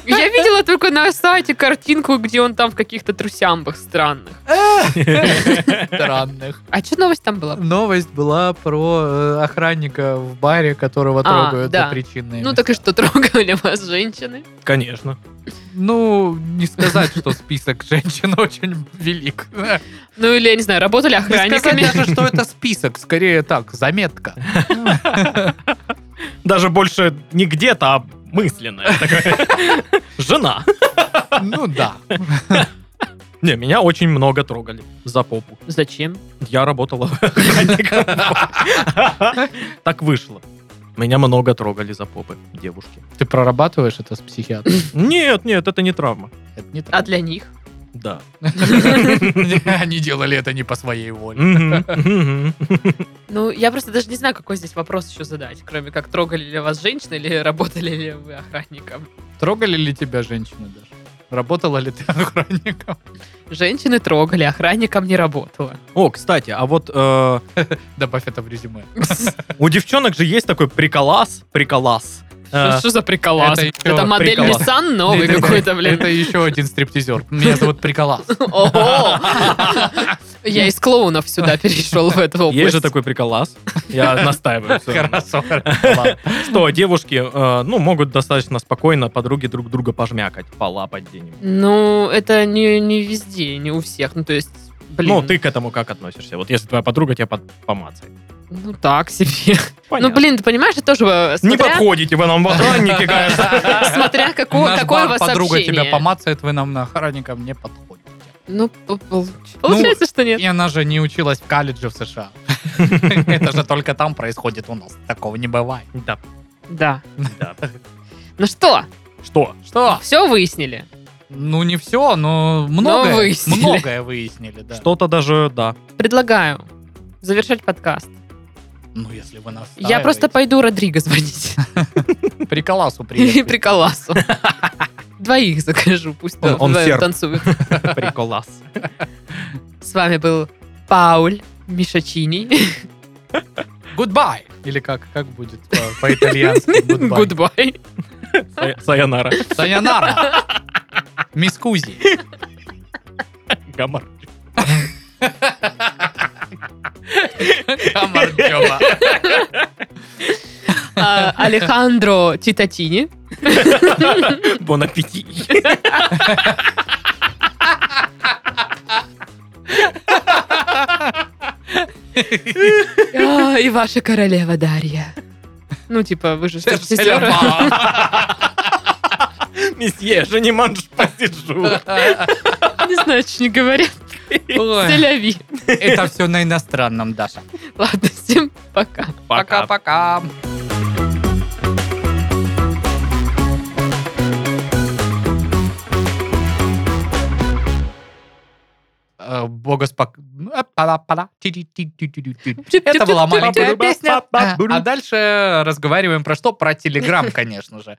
Speaker 1: Я видела только на сайте картинку, где он там в каких-то трусямбах странных.
Speaker 3: Странных.
Speaker 1: А что новость там была?
Speaker 3: Новость была про э, охранника в баре, которого
Speaker 1: А,
Speaker 3: трогают
Speaker 1: да.
Speaker 3: за причинные.
Speaker 1: Ну так и что, трогали вас женщины?
Speaker 4: Конечно.
Speaker 3: Ну, не сказать, что список женщин очень велик. Не
Speaker 1: Ну или, я не знаю, работали
Speaker 3: сказать
Speaker 1: охранниками?
Speaker 3: даже, что это список, скорее так, заметка.
Speaker 4: Даже больше не где-то, а мысленная такая. Жена.
Speaker 3: Ну да.
Speaker 4: Не, меня очень много трогали за попу.
Speaker 1: Зачем?
Speaker 4: Я работала охранником. Так вышло. Меня много трогали за попы девушки.
Speaker 3: Ты прорабатываешь это с психиатром?
Speaker 4: Нет, нет, это не травма.
Speaker 3: Это не
Speaker 1: А
Speaker 3: так.
Speaker 1: для них?
Speaker 4: Да.
Speaker 3: Они делали это не по своей воле.
Speaker 4: Мгм, мгм.
Speaker 1: Ну, я просто даже не знаю, какой здесь вопрос еще задать, кроме как трогали ли вас женщины или работали ли вы охранником.
Speaker 3: Трогали ли тебя женщины даже? Работала ли ты охранником?
Speaker 1: Женщины трогали, охранником не работала.
Speaker 4: О, кстати, а вот э,
Speaker 3: Добавь это в резюме.
Speaker 4: у девчонок же есть такой приколас, приколас. Э,
Speaker 1: Ну, Что что за приколас?
Speaker 3: А, это еще
Speaker 1: Это модель
Speaker 4: приколас.
Speaker 1: Nissan новый
Speaker 3: Это-
Speaker 1: какой-то, блин.
Speaker 3: Это еще один стриптизер. Меня зовут Приколас.
Speaker 1: Ого! Я из клоунов сюда перешел в эту область.
Speaker 4: Есть же такой приколас. Я настаиваю. всё равно.
Speaker 3: Хорошо. ладно.
Speaker 4: Что девушки, э, ну, могут достаточно спокойно подруги друг друга пожмякать, полапать где-нибудь.
Speaker 1: Ну, это не, не везде, не у всех. Ну, то есть, блин.
Speaker 4: Ну, ты к этому как относишься? Вот если твоя подруга тебя под- помацает.
Speaker 1: Ну, так себе.
Speaker 4: Понятно.
Speaker 1: Ну, блин, ты понимаешь, это тоже э,
Speaker 4: Не
Speaker 1: смотря,
Speaker 4: подходите вы нам в охранники, конечно.
Speaker 1: смотря какое,
Speaker 3: Наш
Speaker 1: какое у вас
Speaker 3: бар подруга
Speaker 1: общение.
Speaker 3: тебя помацает, вы нам на охранника не подходите.
Speaker 1: Ну, п- получ- получается, что нет.
Speaker 3: И она же не училась в колледже в США. Это же только там происходит у нас. Такого не бывает.
Speaker 4: Да.
Speaker 1: Да.
Speaker 4: Да.
Speaker 1: Ну что,
Speaker 4: Что?
Speaker 3: Что?
Speaker 1: все выяснили.
Speaker 3: Ну, не все, но многое.
Speaker 1: выяснили.
Speaker 3: Многое выяснили, да.
Speaker 4: Что-то даже, да.
Speaker 1: Предлагаю завершать подкаст.
Speaker 3: Ну, если вы нас
Speaker 1: Я просто пойду Родриго звонить.
Speaker 3: Приколасу
Speaker 1: Или
Speaker 3: привет.
Speaker 1: приколасу. Двоих закажу, пусть
Speaker 4: Он-
Speaker 1: там
Speaker 4: он
Speaker 1: вдвоем
Speaker 4: серб.
Speaker 1: танцуют.
Speaker 4: Приколас.
Speaker 1: С вами был Пауль Мишачини.
Speaker 3: Goodbye. Или как, как будет по- по-итальянски? Goodbye.
Speaker 1: Гудбай.
Speaker 4: Са- Sayonara.
Speaker 3: Sayonara. Мискузи.
Speaker 4: Гамар.
Speaker 1: а, Алехандро Титатини.
Speaker 4: Бон аппетит.
Speaker 1: А, И ваша королева Дарья. Ну, типа, вы же сестер.
Speaker 4: Месье, же не манж посижу.
Speaker 1: Не знаю, что не говорят.
Speaker 3: Ой,
Speaker 1: Соляви.
Speaker 3: Это все на иностранном, Даша.
Speaker 1: Ладно, всем пока.
Speaker 3: Пока-пока. Э, Ну, Богоспок... Па-па-па-да. Ти-ти-ти-ти-ти-ти. А Это была маленькая песня. А дальше разговариваем про что? Про Телеграм, конечно же.